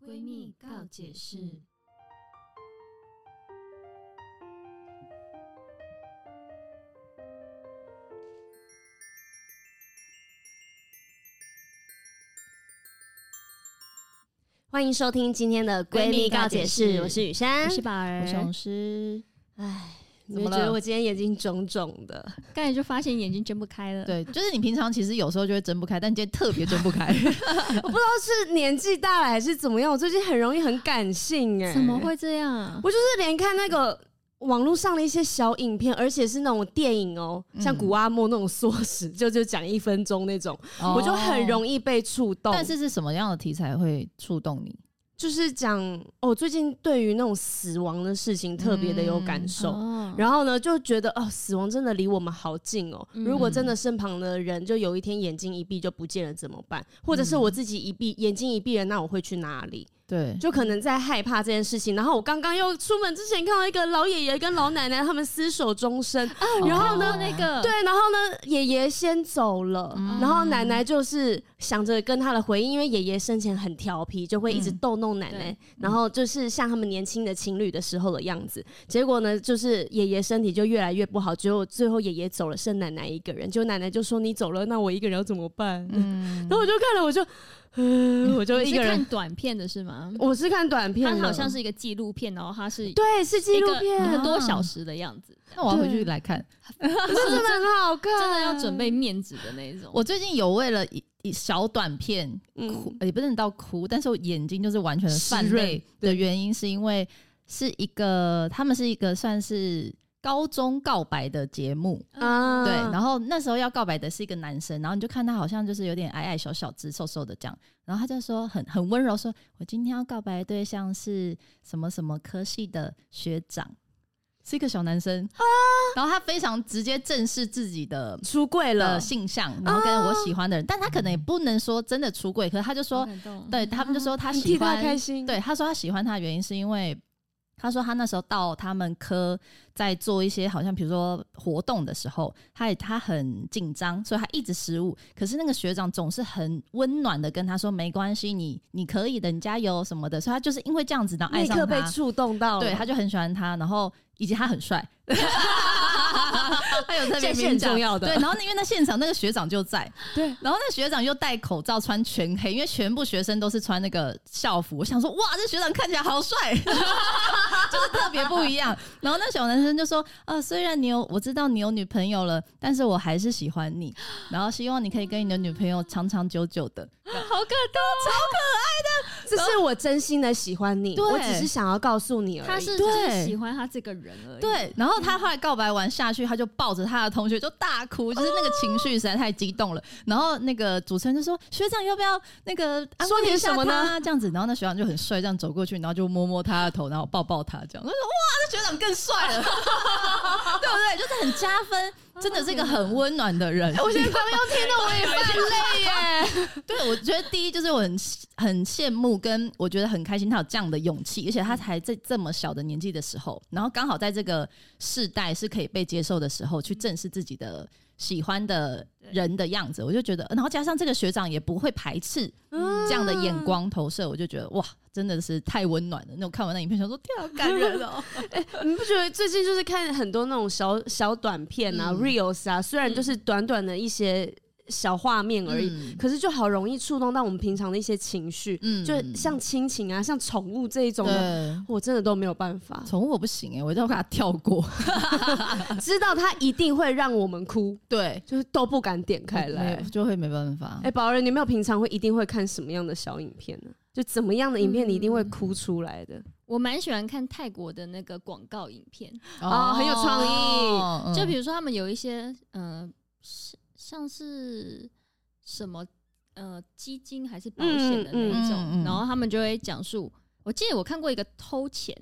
闺蜜告解室。欢迎收听今天的闺蜜告解闺蜜告解室，室我是雨珊我。是宝儿，哎我是红师。哎，你怎们么觉得了我今天眼睛肿肿的？刚才就发现眼睛睁不开了。，对，就是你平常其实有时候就会睁不开，但今天特别睁不 开。我不知道是年纪大了还是怎么样，我最近很容易很感性哎、怎么？会这样啊？我就是连看那个。网络上的一些小影片，而且是那种电影哦、嗯像古阿莫那种缩时，就就讲一分钟那种，哦我就很容易被触动。但是是什么样的题材会触动你？就是讲哦，最近对于那种死亡的事情特别的有感受。嗯哦然后呢，就觉得哦，死亡真的离我们好近哦。嗯如果真的身旁的人就有一天眼睛一闭就不见了怎么办？或者是嗯我自己一闭眼睛一闭了，那我会去哪里？对，就可能在害怕这件事情。然后我刚刚又出门之前看到一个老爷爷跟老奶奶他们厮守终身，然后呢哦那个对，然后呢，爷爷先走了，嗯然后奶奶就是想着跟他的回应，因为爷爷生前很调皮，就会一直逗弄奶奶，嗯对然后就是像他们年轻的情侣的时候的样子。结果呢，就是爷爷身体就越来越不好，结果最后爷爷走了，剩奶奶一个人。就奶奶就说：“你走了，那我一个人要怎么办？”嗯然后我就看了，我就，呃，我就你一是个人看。短片的是吗？我是看短片它的，好像是一个纪录片，然后它是对，是纪一录个片，一个多小时的样 子，那我要回去来看。可是真的很好看，真的要准备面子的那一种。我最近有为了一一小短片哭嗯，也不能到哭，但是我眼睛就是完全的泛湿润泪的原因，是因为是一个他们是一个算是高中告白的节目。啊，对，然后那时候要告白的是一个男生，然后你就看他好像就是有点矮矮小小只、瘦瘦的这样，然后他就说很很温柔说，我今天要告白的对象是什么什么科系的学长，是一个小男生啊，然后他非常直接正视自己的。出柜了的，性向，然后跟我喜欢的人，但他可能也不能说真的出柜，可是他就好说，感动，对他们就说他哦你喜替他欢开心，对，他说他喜欢他的原因是因为他说他那时候到他们科在做一些好像比如说活动的时候，他也他很紧张，所以他一直失误。可是那个学长总是很温暖的跟他说没关系，你你可以的，你加油什么的。所以他就是因为这样子，然后那爱一刻上被他，触动到了，对，他就很喜欢他，然后以及他很帅。 他有特别这是很明讲重要的对，然后因为那现场那个学长就在， 对，然后那学长又戴口罩，穿全黑，因为全部学生都是穿那个校服。我想说，哇，这学长看起来好帅， 就是特别不一样。然后那小男生就说，呃，虽然你有我知道你有女朋友了，但是我还是喜欢你，然后希望你可以跟你的女朋友长长久久的。好感动。这是我真心的喜欢你，对我只是想要告诉你而已。他是对就是喜欢他这个人而已。嗯对，然后他后来告白完下去，他就抱着他的同学就大哭，就是那个情绪实在太激动了。然后那个主持人就说：“学长要不要那个安说慰点一下什么呢他？”这样子，然后那学长就很帅，这样走过去，然后就摸摸他的头，然后抱抱他，这样。我就说：“哇，这学长更 帅了，对不对？就是很加分，真的是一个很温暖的人。”哎我现在光要听到我也犯累耶。 对，我觉得第一就是我很很羡慕，跟我觉得很开心，他有这样的勇气，而且他才在这么小的年纪的时候，然后刚好在这个世代是可以被接受的时候，去正视自己的喜欢嗯的人的样子，我就觉得，呃然后加上这个学长也不会排斥这样的眼光投射，我就觉得哇，真的是太温暖了。那我看完那影片，想说天啊，好感人哦，你不觉得最近就是看很多那种小小短片啊、嗯 reels 啊，虽然就是短短的一些小画面而已，嗯可是就好容易触动到我们平常的一些情绪，嗯就像亲情啊、像宠物这一种的。对。我真的都没有办法宠物我不行哎、我都要给它跳过。知道它一定会让我们哭，对，就是都不敢点开来没。就会没办法哎、。宝儿，你有没有平常会一定会看什么样的小影片呢、就怎么样的影片你一定会哭出来的？ 我蛮喜欢看泰国的那个广告影片，哦很有创意嗯就比如说他们有一些呃，是像是什么呃基金还是保险的那一种，嗯嗯嗯嗯然后他们就会讲述。我记得我看过一个偷钱，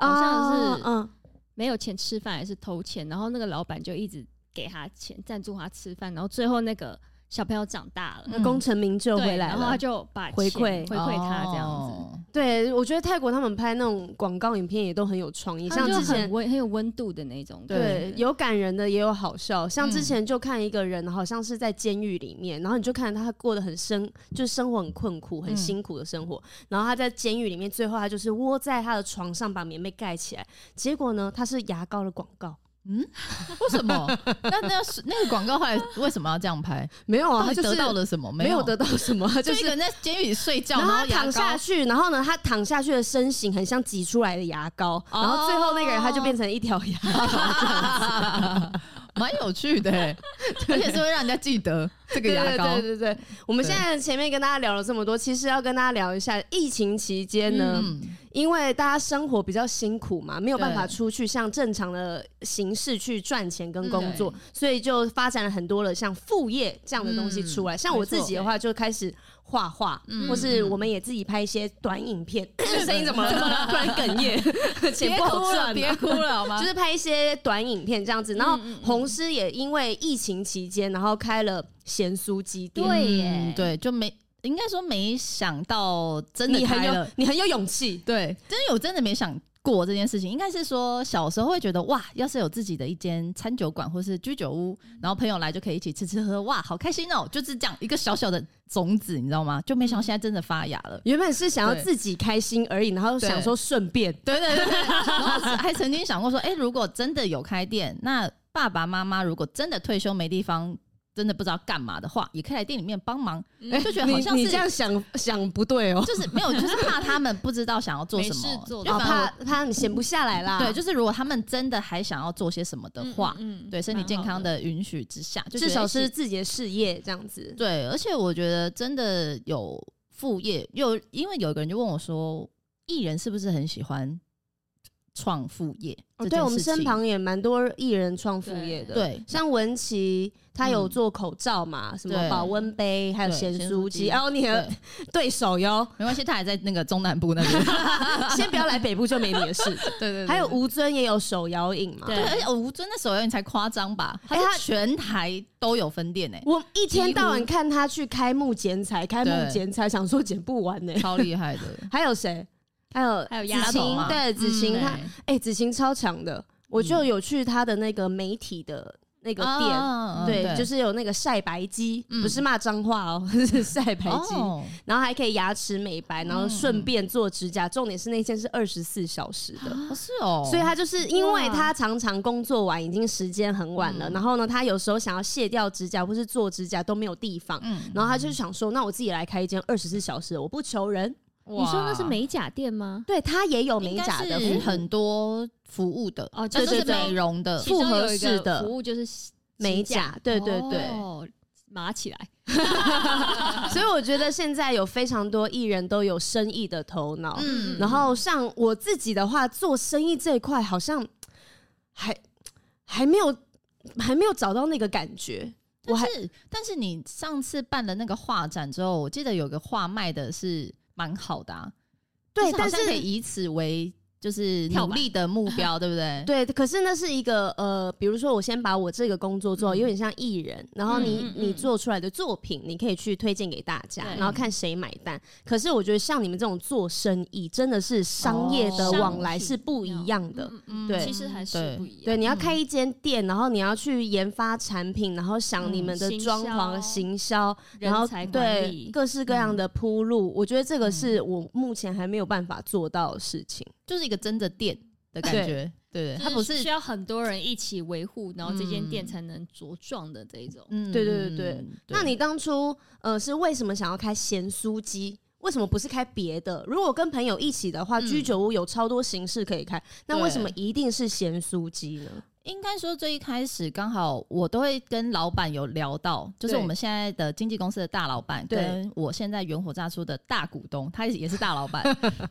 好像是嗯，没有钱吃饭还是偷钱，然后那个老板就一直给他钱赞助他吃饭，然后最后那个小朋友长大了，嗯功成名就对，回来然后了他，就把回钱馈回馈他这样子。哦对，我觉得泰国他们拍那种广告影片也都很有创意，它像就之前很温很有温度的那种，对，有感人的，也有好笑。像之嗯前就看一个人，好像是在监狱里面，然后你就看他过得很生，就是生活很困苦、很嗯辛苦的生活。然后他在监狱里面，最后他就是窝在他的床上，把棉被盖起来。结果呢，他是牙膏的广告，为 什么？那那是那个广告后来为什么要这样拍？没有啊，到他就底是得到了什么？没有有得到什么，他就就一是。个人在监狱里睡觉，然然后他牙躺下膏去，然后呢，他躺下去的身形很像挤出来的牙膏，哦然后最后那个人他就变成一条牙膏。 蛮有趣 的欸，而且是会让人家记得这个牙膏对。对对对对，我们现在前面跟大家聊了这么多，其实要跟大家聊一下疫情期间呢，嗯，因为大家生活比较辛苦嘛，没有办法对出去像正常的形式去赚钱跟工作，嗯所以就发展了很多的像副业这样的东西出嗯来。像我自己的话，就开始画画，或是我们也自己拍一些短影 片。 声音怎么了？怎么了？突然哽咽， 钱别不好哭赚了，啊，嗯别哭了，好吗？就是拍一些短影片这样子。然后红师也因为疫情期间，然后开了咸酥鸡店。对嗯耶，对，就没应该说没想到真的你很开有了，你很有勇气，对，真的有真的没想过这件事情。应该是说小时候会觉得哇，要是有自己的一间餐酒馆或是居酒屋，然后朋友来就可以一起吃吃喝，哇，好开心哦！就是这样一个小小的种子，你知道 吗？就没想到现在真的发芽了。原本是想要对自己开心而已，然后想说顺便。对对对对，然后还曾经想过说，哎、如果真的有开店，那爸爸妈妈如果真的退休没地方，真的不知道干嘛的话，也可以来店里面帮忙，就觉得好像嗯你你是这样想想不对哦，就是 没有，就是怕他们不知道想要做什没事么，做就哦反而怕怕你闲不下来啦。对，就是如果他们真的还想要做些什么的话，嗯，嗯对身体健康，蛮好的允许之下，就至觉得少一是起自己的事业这样子。对，而且我觉得真的有副业，又因为有一个人就问我说，艺人是不是很喜欢创副业哦这件事情？对我们身旁也蛮多艺人创副业的，对像文琪，她有嗯做口罩嘛，什么对保温杯，还有对咸咸酥酥鸡，鸡然后你的对对手哟，没关系，他还在那个中南部那 边。先不要来北部就没你的 事。对对还有吴尊也有手摇饮嘛，对对，而且吴尊的手摇你才夸张吧？他哎他是全台都有分店呢、欸我一天到几晚乎看他去开幕剪彩，开幕剪彩，想说剪不 完呢、超厉害的。还有谁？还有还有子丫头晴，嘛对子晴，嗯她哎、子晴超强的，我就有去她的那个媒体的那个店，啊嗯哦对，就是是有那个晒白机，嗯不是骂脏话哦， 是晒白机，哦，然后还可以牙齿美白，然后顺便做指甲，重点是那天是二十四小时的。哦是哦，所以他就是因为他常常工作完已经时间很晚嗯了，然后呢，他有时候想要卸掉指甲或是做指甲都没有地方，嗯，然后他就想说，那我自己来开一间二十四小时的，我不求人。的你说那是美甲店吗？对他也有哦美应该甲的是服务很多服务的哦这对对是对美容的其中复合有一个式的服务就是洗美甲，对对对。哦码起来，所以我觉得现在有非常多艺人都有生意的头脑，嗯然后像我自己的话，做生意这一块好像还还没有还没有找到那个感觉。我但还是但是你上次办了那个画展之后，我记得有个画卖的是蛮好的啊，对，就好但像可以以此为就是跳努板力的目标，对不对？对，可是那是一个呃，比如说我先把我这个工作做好，有点像艺人，然后你、嗯嗯你嗯做出来的作品，你可以去推荐给大家，对然后看谁买单。可是我觉得像你们这种做生意，真的是商业的哦往来是商品不一样的。嗯嗯对其实还是对不一样。对，你要开一间店，然后你要去研发产品，然后想你们的嗯行装潢、销行销，人然后才管对理嗯各式各样的铺路，我觉得这个是我目前还没有办法做到的事情。就是一个真的店的感对觉，对，就是它不是需要很多人一起维护，然后这间店嗯才能茁壮的这一种。嗯对对对对那对你当初呃是为什么想要开咸酥鸡？为什么不是开别的？如果跟朋友一起的话，嗯居酒屋有超多形式可以开，那为什么对一定是咸酥鸡呢？应该说最一开始刚好我都会跟老板有聊到，就是对我们现在的经纪公司的大老板对跟我现在远火炸出的大股东，他也是大老 板。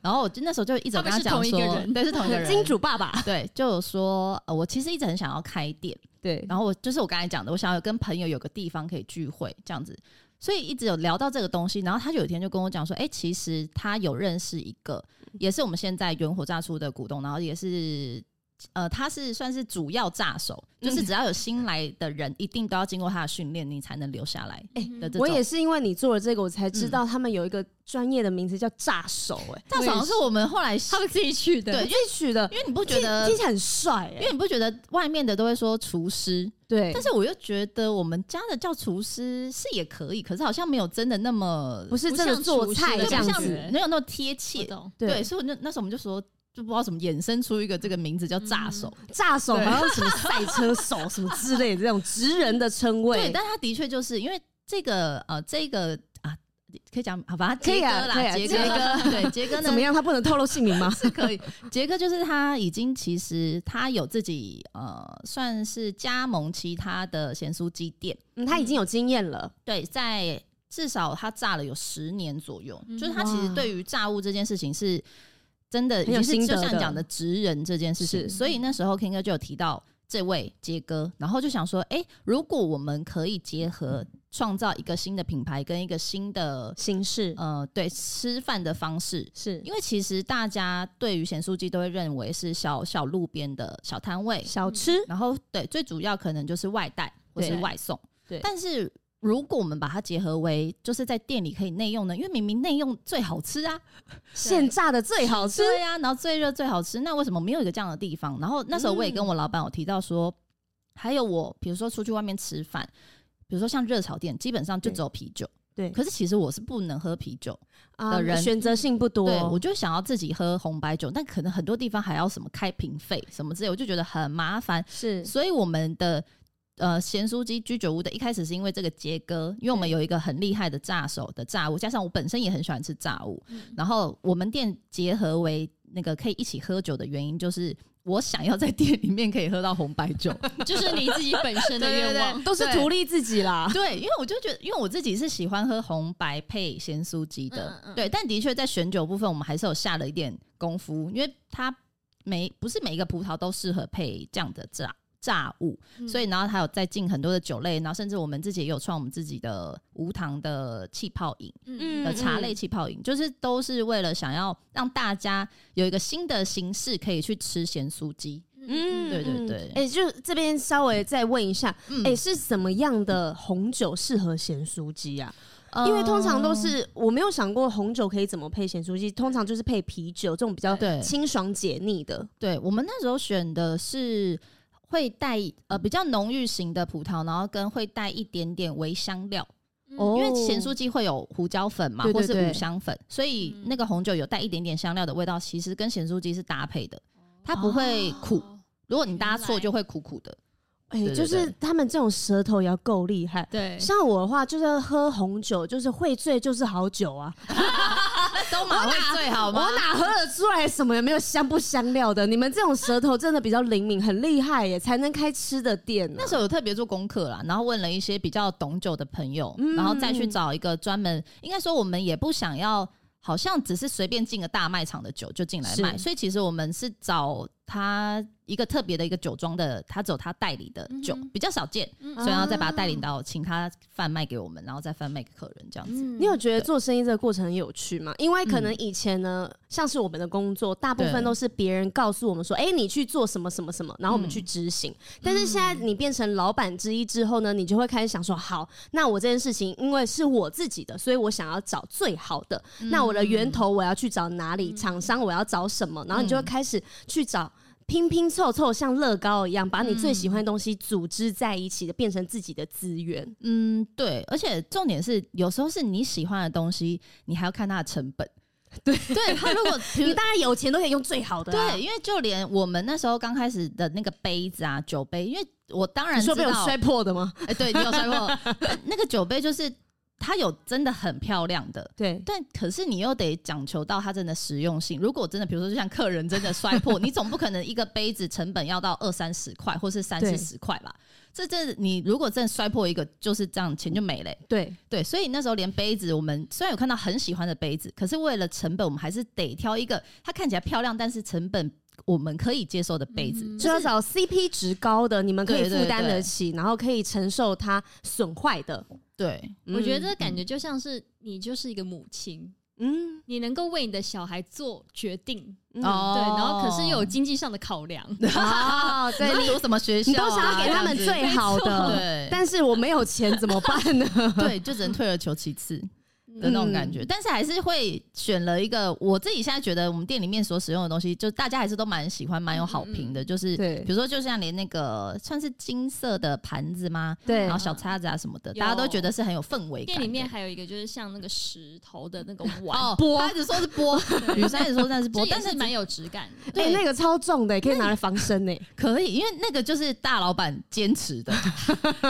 然后我就那时候就一直有跟他们是讲同一个说，人对，是同 一个人。金主爸爸，对，就有说、呃我其实一直很想要开店， 对然后我就是我刚才讲的，我想要跟朋友有个地方可以聚会这样子，所以一直有聊到这个东西。然后他有一天就跟我讲说，哎、其嗯实他有认识一个，也是我们现在远火炸出的股东，然后也是呃，他是算是主要炸手，嗯就是只要有新来的人，一定都要经过他的训练，你才能留下来。嗯哎，的这我种也是因为你做了这个，我才知嗯道他们有一个专业的名字叫炸手、哎，大嫂是我们后来他们自己去的，对，因为取的，因为你不觉听得听，起来很帅、因为哎，你不觉得外面的都会说厨师，对，但是我又觉得我们家的叫厨师是也可以，可是好像没有真的那么不是不真的像做厨师菜的对这样感不像子，觉没有那么贴我切。懂。对，所以我就那时候我们就说，就不知道怎么衍生出一个这个名字叫炸手。炸手对好像什么赛车手什么之类的这种职人的称谓，对，但他的确就是因为这个呃，这个啊，可以讲好吧，可杰以哥啊可以啦，啊杰杰哥，对，杰哥 呢怎么样？他不能透露姓 名吗？是可以。杰哥就是他已经其实他有自己呃，算是加盟其他的咸酥鸡店，嗯，他已经有经验了，对，在至少他炸了有十年左右，嗯就是他其实哇对于炸物这件事情是真的已很有经心是就得像的你讲的职人这件事情，是所以那时候 King 哥就有提到这位杰哥，然后就想说，哎、如果我们可以结合创造一个新的品牌跟一个新的形式呃对吃饭的方式。是因为其实大家对于咸酥鸡都会认为是小小路边的小摊位，小吃，然后对，最主要可能就是外带或是对外送。对但是如果我们把它结合为就是在店里可以内用呢，因为明明内用最好吃啊，现炸的最好吃，对啊，然后最热最好吃，那为什么没有一个这样的地方？然后那时候我也嗯跟我老板有提到说，还有我比如说出去外面吃饭。比如说像热炒店，基本上就只有啤酒。对可是其实我是不能喝啤酒，啊人选择性不多，对我就想要自己喝红白酒，但可能很多地方还要什么开瓶费什么之类，我就觉得很麻烦。是所以我们的呃咸酥鸡居酒屋的一开始是因为这个杰哥，因为我们有一个很厉害的炸手的炸物，加上我本身也很喜欢吃炸物，然后我们店结合为那个可以一起喝酒的原因就是。我想要在店里面可以喝到红白酒，就是你自己本身的愿望。都是对图利自己啦， 对，因为我就觉得，因为我自己是喜欢喝红白配咸酥鸡的，嗯嗯嗯对，但的确在选酒部分，我们还是有下了一点功夫，因为它每不是每一个葡萄都适合配这样的炸炸物，嗯所以然后还有再进很多的酒类，然后甚至我们自己也有创我们自己的无糖的呃气泡饮、嗯嗯呃茶类气泡饮，就是都是为了想要让大家有一个新的形式可以去吃咸酥鸡，嗯，对对嗯对嗯哎，就这边稍微再问一下，哎，是什么样的红酒适合咸酥鸡啊？呃因为通常都是我没有想过红酒可以怎么配咸酥鸡，通常就是配啤酒这种比较呃对清爽解腻的。对我们那时候选的是会带呃比较浓郁型的葡萄，然后跟会带一点点微香料，哦因为咸酥鸡会有胡椒粉嘛，对对或是对五香粉，所以嗯那个红酒有带一点点香料的味道，其实跟咸酥鸡是搭配的，它不会嗯苦。哦如果你搭哦原错，来就会苦苦的。 哎、对对就是对他们这种舌头也要够厉害。对，像我的话，就是喝红酒，就是会醉就是好酒啊！都马会最好我？哪喝得出来什么有没有香不香料的？你们这种舌头真的比较灵敏，很厉害耶，才能开吃的店、啊。那时候有特别做功课啦，然后问了一些比较懂酒的朋友，嗯然后再去找一个专门，应该说我们也不想要，好像只是随便进个大卖场的酒就进来卖，是所以其实我们是找他一个特别的一个酒庄的，他走他代理的酒，嗯哼比较少见，嗯所以要再把啊它带领到，请他贩卖给我们，然后再贩卖给客人这样子。嗯你有觉得做生意这个过程很有趣吗？因为可能以前呢，像是我们的工作，大部分嗯对都是别人告诉我们说，哎、你去做什么什么什么，然后我们去嗯执行。但是现在你变成老板之一之后呢，你就会开始想说，好，那我这件事情因为是我自己的，所以我想要找最好的。那我的源头嗯我要去找哪里？厂、商我要找什么？然后你就会开始去找。拼拼凑凑，像乐高一样，把你最喜欢的东西组织在一起的，变成自己的资源。嗯，对，而且重点是，有时候是你喜欢的东西，你还要看它的成本。对，对他如果比如你当然有钱都可以用最好的、啊，对，因为就连我们那时候刚开始的那个杯子啊，酒杯，因为我当然你知说被道，我摔破的吗？哎、对你有 摔过那个酒杯，就是它有真的很漂亮的。对，但可是你又得讲求到它真的实用性。如果真的，比如说就像客人真的 摔破，你总不可能一个杯子成本要到二三十块，或是三四对十块吧？这这你如果真的摔破一个，就是这样，钱就没了欸、对，对，所以那时候连杯子，我们虽然有看到很喜欢的杯子，可是为了成本，我们还是得挑一个它看起来漂亮，但是成本我们可以接受的杯子。嗯就要找 CP 值高的，你们可以对对负担对得起，然后可以承受它损坏的。对，我觉得嗯这感觉就像是你就是一个母亲，嗯，你能够为你的小孩做决定， 嗯哦对，然后可是 又有经济上的考量，哦，你 对是你读什么学校你啊？都想要给他们这样子最好的，对， 但是我没有钱怎么办呢？对，就只能退而求其次嗯的那种感嗯觉。但是还是会选了一个，我自己现在觉得我们店里面所使用的东西，就大家还是都蛮喜欢、蛮有好评的。就是嗯对比如说，就像连那个算是金色的盘子吗？对 然后小叉子啊什么的，有大家都觉得是很有氛围感店的。里面还有一个就是像那个石头的那个碗，哦，波，他一直说是 波，女生一直说那是波这，也但是嗯是蛮蛮有质感的。对，哎那个超重的，可以拿来防身呢。可以，因为那个就是大老板坚持 的，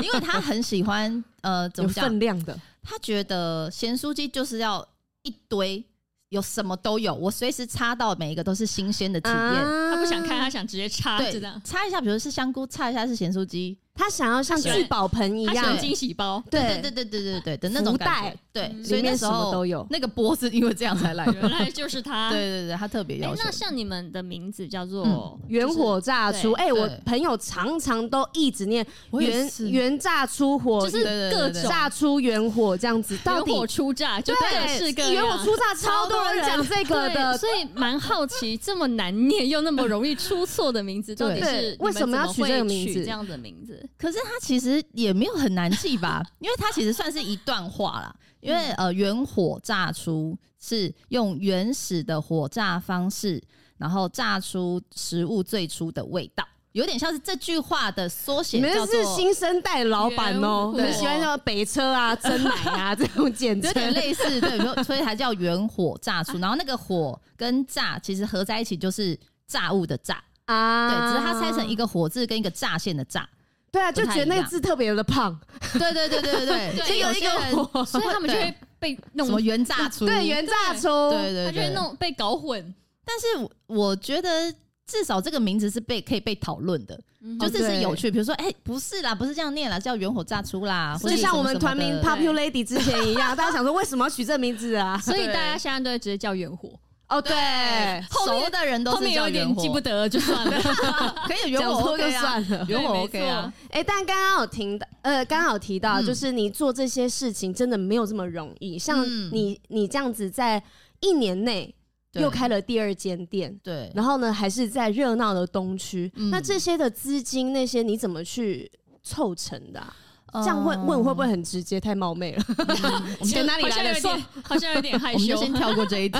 因为他很喜欢呃，怎有么讲分？量的，他觉得咸酥鸡就是要一堆，有什么都有，我随时插到每一个都是新鲜的体验。他他不想看，他想直接插，就对这样，。啊插一下，比如是香菇，插一下是咸酥鸡，他想要像他喜欢聚宝盆一他样喜，欢对惊喜包，对对对对对对的那种福感袋觉。对，嗯所以里那面时什么候都有。那个波是因为这样才来 的。原来就是他。 对对对，他特别哎、要求那。像你们的名字叫做、嗯原火炸出，对哎、我对朋友常常都一直念我也原是原炸出火，就是对对各对对种炸出原火这样子，到原底火出炸，就各对式各原样。火出炸，超多人讲这个对，的，所以蛮好奇，这么难念又那么容易出错的名字，到底对是你们为什么要怎么取这个会名字这样的名字，可是他其实也没有很难记吧， 因为他其实算是一段话啦。因为嗯呃，原火炸出是用原始的火炸方式，然后炸出食物最初的味道，有点像是这句话的缩你写，们叫是做新生代老板哦、原火你们喜欢叫北车啊、真奶啊这种简有称，点类似，对，没有所以才叫原火炸 出。然后那个火跟炸其实合在一起就是炸物的炸，对，啊只是它拆成一个火字跟一个炸线的炸。对啊，就觉得不太一那个样字特别的胖，对对对对对 对所以有些人所以他们就会被弄哦什么原炸 出，对原炸出，对对他就会对。弄被搞混，但是我我觉得至少这个名字是被可以被讨论的，就嗯哦是是对有趣。比如说，哎、不是啦，不是这样念啦，叫原火炸出啦，就像我们团名 p o 怕 p u Lady 之前一样，大家想说为什么要取这名字 啊？所以大家现在都会直接叫圆火，哦，对，后面熟的人都后是面有叫一原点火记，不 得了就算了。 可以有原讲火错 OK 就啊，算了。原火对 OK 没啊，没错错哎、但刚刚有听到，呃，刚好提到，嗯就是你做这些事情真的没有这么容易。像嗯你，你这样子在一年内对又开了第二间店，对。然后呢，还是在热闹的东区，嗯那这些的资金那些你怎么去凑成的啊、这样呃问问会不会很直接，太冒昧了？钱哪里来的？好像算有点好像有 点害我们就羞。先跳过这一题，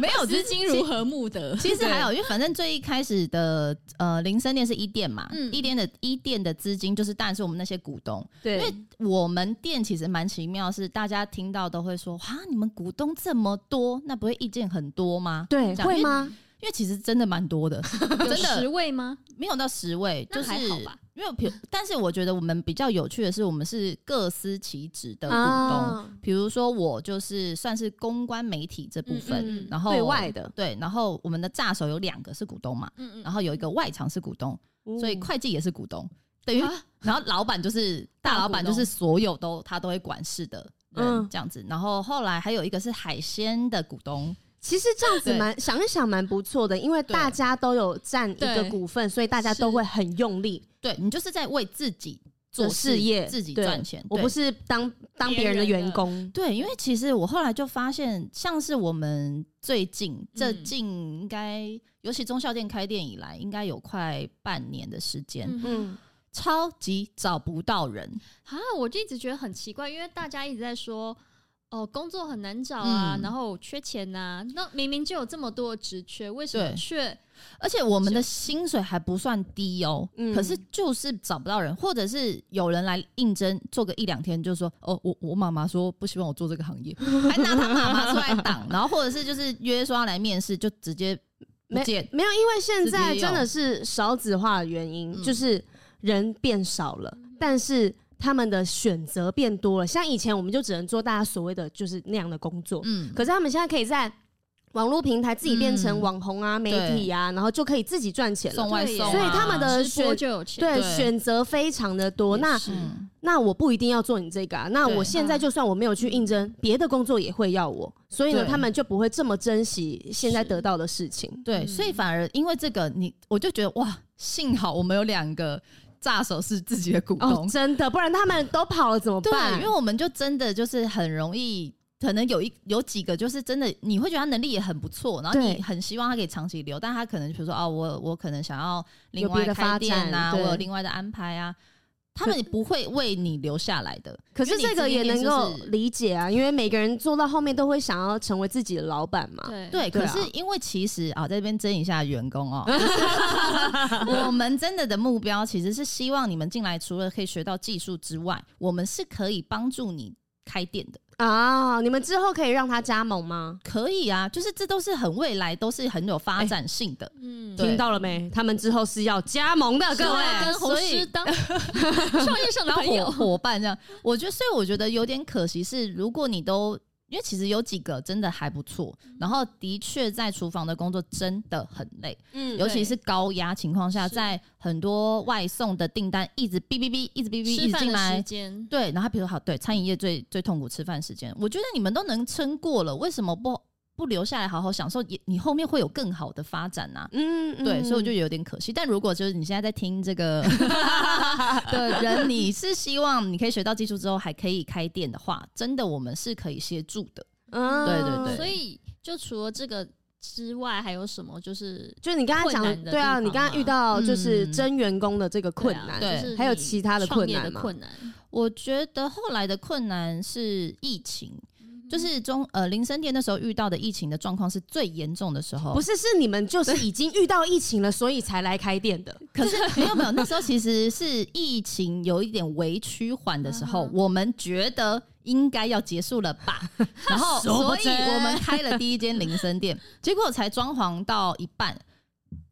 没有，资资 金如何募得？其实还好，因为反正最一开始的呃林森店是一店嘛，嗯一店的一店的资金就是当然是我们那些股东，因对为我们店其实蛮奇妙，是大家听到都会说哇你们股东这么多，那不会意见很多吗？ 对，这样会？吗？因为因为其实真的蛮多 的，有真的十位吗？没有到十位，那就还是好吧因为比如，但是我觉得我们比较有趣的是，我们是各司其职的股东。啊比如说，我就是算是公关媒体这部分，嗯嗯然后对外的，对，然后我们的炸手有两个是股东嘛，嗯哦然后有一个外场是股东，所嗯以会计也是股东，等于、啊然后老板就是大老板，大股就东是所有都他都会管事的嗯人这样子。然后后来还有一个是海鲜的股东，其实这样子对蛮想一想蛮不错的，因为对大家都有占一个对股份，所以大家都是会很用力对你就是在为自己做做事事业，自己对赚钱。我对不是当当别人的别人的员工。对，因为其实我后来就发现，像是我们最近这嗯近应该，尤其中校店开店以来，应该有快半年的时间，嗯嗯，超级找不到人。啊，我就一直觉得很奇怪，因为大家一直在说。哦，工作很难找啊，嗯然后缺钱呐、那明明就有这么多的职缺，为什么对却而且我们的薪水还不算低哦，嗯可是就是找不到人，或者是有人来应征做个一两天，就说哦，我我妈妈说不希望我做这个行业， 还拿他妈妈出来挡，然后或者是就是约说要来面试，就直接不没见。没有，因为现在直接有真的是少子化的原因，嗯就是人变少了，但是他们的选择变多了。像以前我们就只能做大家所谓的就是那样的工作，嗯，可是他们现在可以在网络平台自己变成嗯网红啊、媒体啊，然后就可以自己赚钱送了。外对耶送啊、所以他们的直播选就有钱？对，对选择非常的多。也那是嗯那我不一定要做你这个啊，那对嗯我现在就算我没有去应征，别的工作也会要我，所以呢，对他们就不会这么珍惜现在是得到的事情。对，所以反而因为这个，你我就觉得哇，幸好我们有两个炸手是自哦己的股东，哦，真的，不然他们都跑了怎么对，办？因为我们就真的就是很容易可能有一有几个就是真的，你会觉得他能力也很不错，然后对你很希望他可以长期留，但他可能比如说哦，我我可能想要另有别外的发开店啊，展对我有另外的安排啊，他们不会为你留下来 的。可是这个也能够理解啊，因为每个人做到后面都会想要成为自己的老板嘛。对对，对啊可是因为其实啊，在这边争一下员 工哦， 我们真的的目标其实是希望你们进来，除了可以学到技术之外，我们是可以帮助你开店的。啊，你们之后可以让他加盟吗？可以啊，就是这都是很未来，都是很有哎发展 性的。嗯，对啊听到了没？他们之后是要加盟的，各位。跟红所以师当啊 创业上的朋伙友，伙伴这样。 我觉得，所以我觉得有点可惜是，如果你都因为其实有几个真的还不错，嗯然后的确在厨房的工作真的很累，嗯尤其是高压情况下，是在很多外送的订单一直哔哔哔，一直哔哔吃一直饭进的时来。间，对，然后比如好，对，餐饮业最最痛苦吃饭时间，我觉得你们都能撑过了，为什么不不留下来好好享受？也你后面会有更好的发展啊呐、嗯对，所以我就有点可惜。但如果就是你现在在听这个的人，你是希望你可以学到技术之后还可以开店的话，真的我们是可以协助的。嗯对对对所以就除了这个之外，还有什么就是就是你刚才讲困难的对啊，地方你刚才遇嘛到就是嗯真员工的这个困难，对啊就是还有你其他的创困业难的吗？困难，我觉得后来的困难是疫情，就是中呃林森店那时候遇到的疫情的状况是最严重的时候。不，是，是你们就是已经遇到疫情了，所以才来开店的。可是没有没有，那时候其实是疫情有一点微趋缓的时候，嗯哼我们觉得。应该要结束了 吧，然后殊不所知以我们开了第一间林 森店，结果才装潢到一半，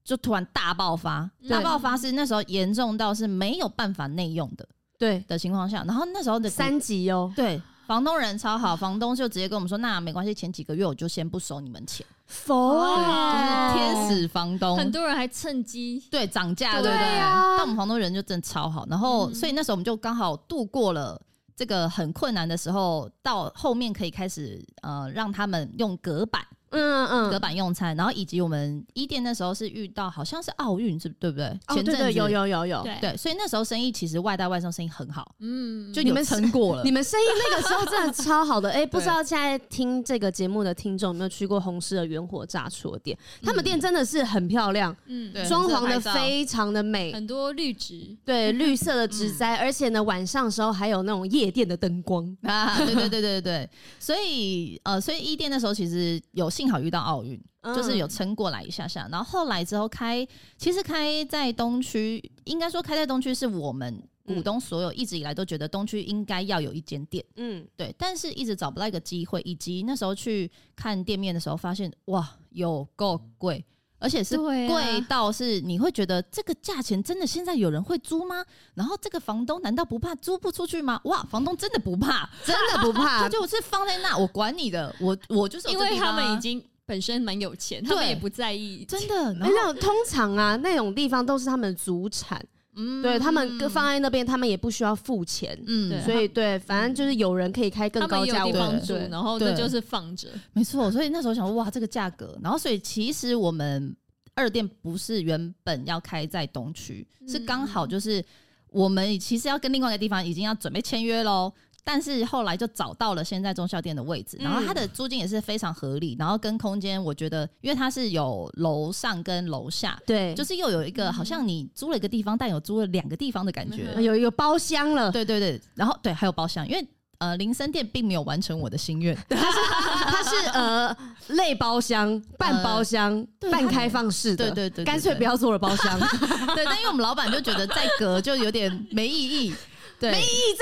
就突然大爆发，对大爆发是那时候严重到是没有办法内用的对，的情况下，然后那时候的股三级哦，对房东人超好，房东就直接跟我们说，那没关系，前几个月我就先不收你们钱，佛哦就是啊，天使房东，哦很多人还趁机对涨价，对对不对？啊但我们房东人就真的超好，然后、嗯所以那时候我们就刚好度过了这个很困难的时候，到后面可以开始呃让他们用隔板嗯嗯，隔板用餐，然后以及我们一店那时候是遇到好像是奥运是对不对？哦前阵对子对有有有有，对，哦对，所以那时候生意其实外带外送生意很好，嗯，就你有们成果了你。们生意那个时候真的超好的，哎、不知道现在听这个节目的听众有没有去过红狮的原火炸厨的店？他们店真的是很漂亮，嗯，对装潢的很适合拍照非常的美，很多绿植，对，绿色的植栽，而且呢，晚上的时候还有那种夜店的灯光。 啊，对对对对对，所以呃，所以一店那时候其实有幸好遇到奥运，嗯就是嗯有撑过来一下下。然后后来之后开，其实开在东区，应该说开在东区是我们嗯股东所有一直以来都觉得东区应该要有一间店，嗯，对，但是一直找不到一个机会，以及那时候去看店面的时候发现，哇，有够贵。而且是对啊贵到是你会觉得这个价钱真的现在有人会租吗？然后这个房东难道不怕租不出去吗？哇，房东真的不怕，真的不 怕他，就是放在那，我管你的，我我就是有因这为地他方啊们已经本身蛮有钱，他们对也不在意，真的，然哎后那种通常啊，那种地方都是他们的祖产，嗯对他们各放在那边，他们也不需要付钱，嗯，对所以对，反正就是有人可以开更他们高也价有位地的，方住，对然后那对就是放着，没错，所以那时候想说哇，这个价格，然后所以其实我们二店不是原本要开在东区，嗯是刚好就是我们其实要跟另外一个地方已经要准备签约喽。但是后来就找到了现在中校店的位置，嗯然后它的租金也是非常合理，然后跟空间我觉得，因为它是有楼上跟楼下，对，就是是又有一个好像你租了一个地方，但有租了两个地方的感觉。嗯有一个包厢了，对对对，然后对还有包厢，因为呃林森店并没有完成我的心愿，它是呃类包厢、半包厢、对半开放式的，对对对，干脆不要要做了包厢，真的对，但因为我们老板就觉得再隔就有点没意义，对，没意义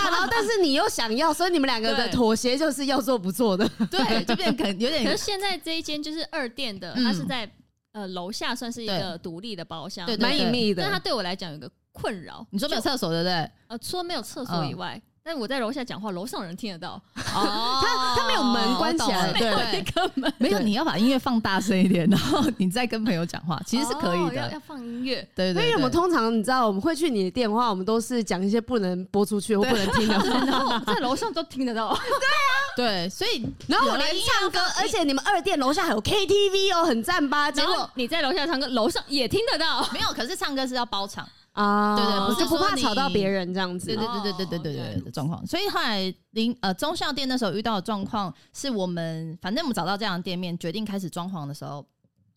啊。然后但是你又想要，所以你们两个的对妥协就是要做不做的，对，就变可能有可是点现在这一间就是二店的，哎嗯它是在呃楼下，算是一个独立的包厢。对对蛮隐秘但它的。对我来讲有个困扰，你说没有厕所对不对？呃，除了没有厕所以嗯外，但我在楼下讲话，楼上有人听得到， 哦，他他没有门关起来我懂了没有对。根本没有，对你要把音乐放大声一点，然后你再跟朋友讲话，其实是可以哦要要的。放音 乐。对对因对，为我们通常你知道，我们会去你的电话，我们都是讲一些不能播出去或不能听的话。然后我哦在楼上都听 得到，对，所以 然后我有了连音唱歌，而且你们二店楼下还有 KTV 哦，很赞吧？结然果后你在楼下唱歌，楼上也听得到。没有，可是唱歌是要包场，啊，对对不是就不怕说你吵到别人这样子对。对对对对对对对对的状况。所以后来零呃中校店那时候遇到的状况，是我们反正我们找到这样的店面，决定开始装潢的时候，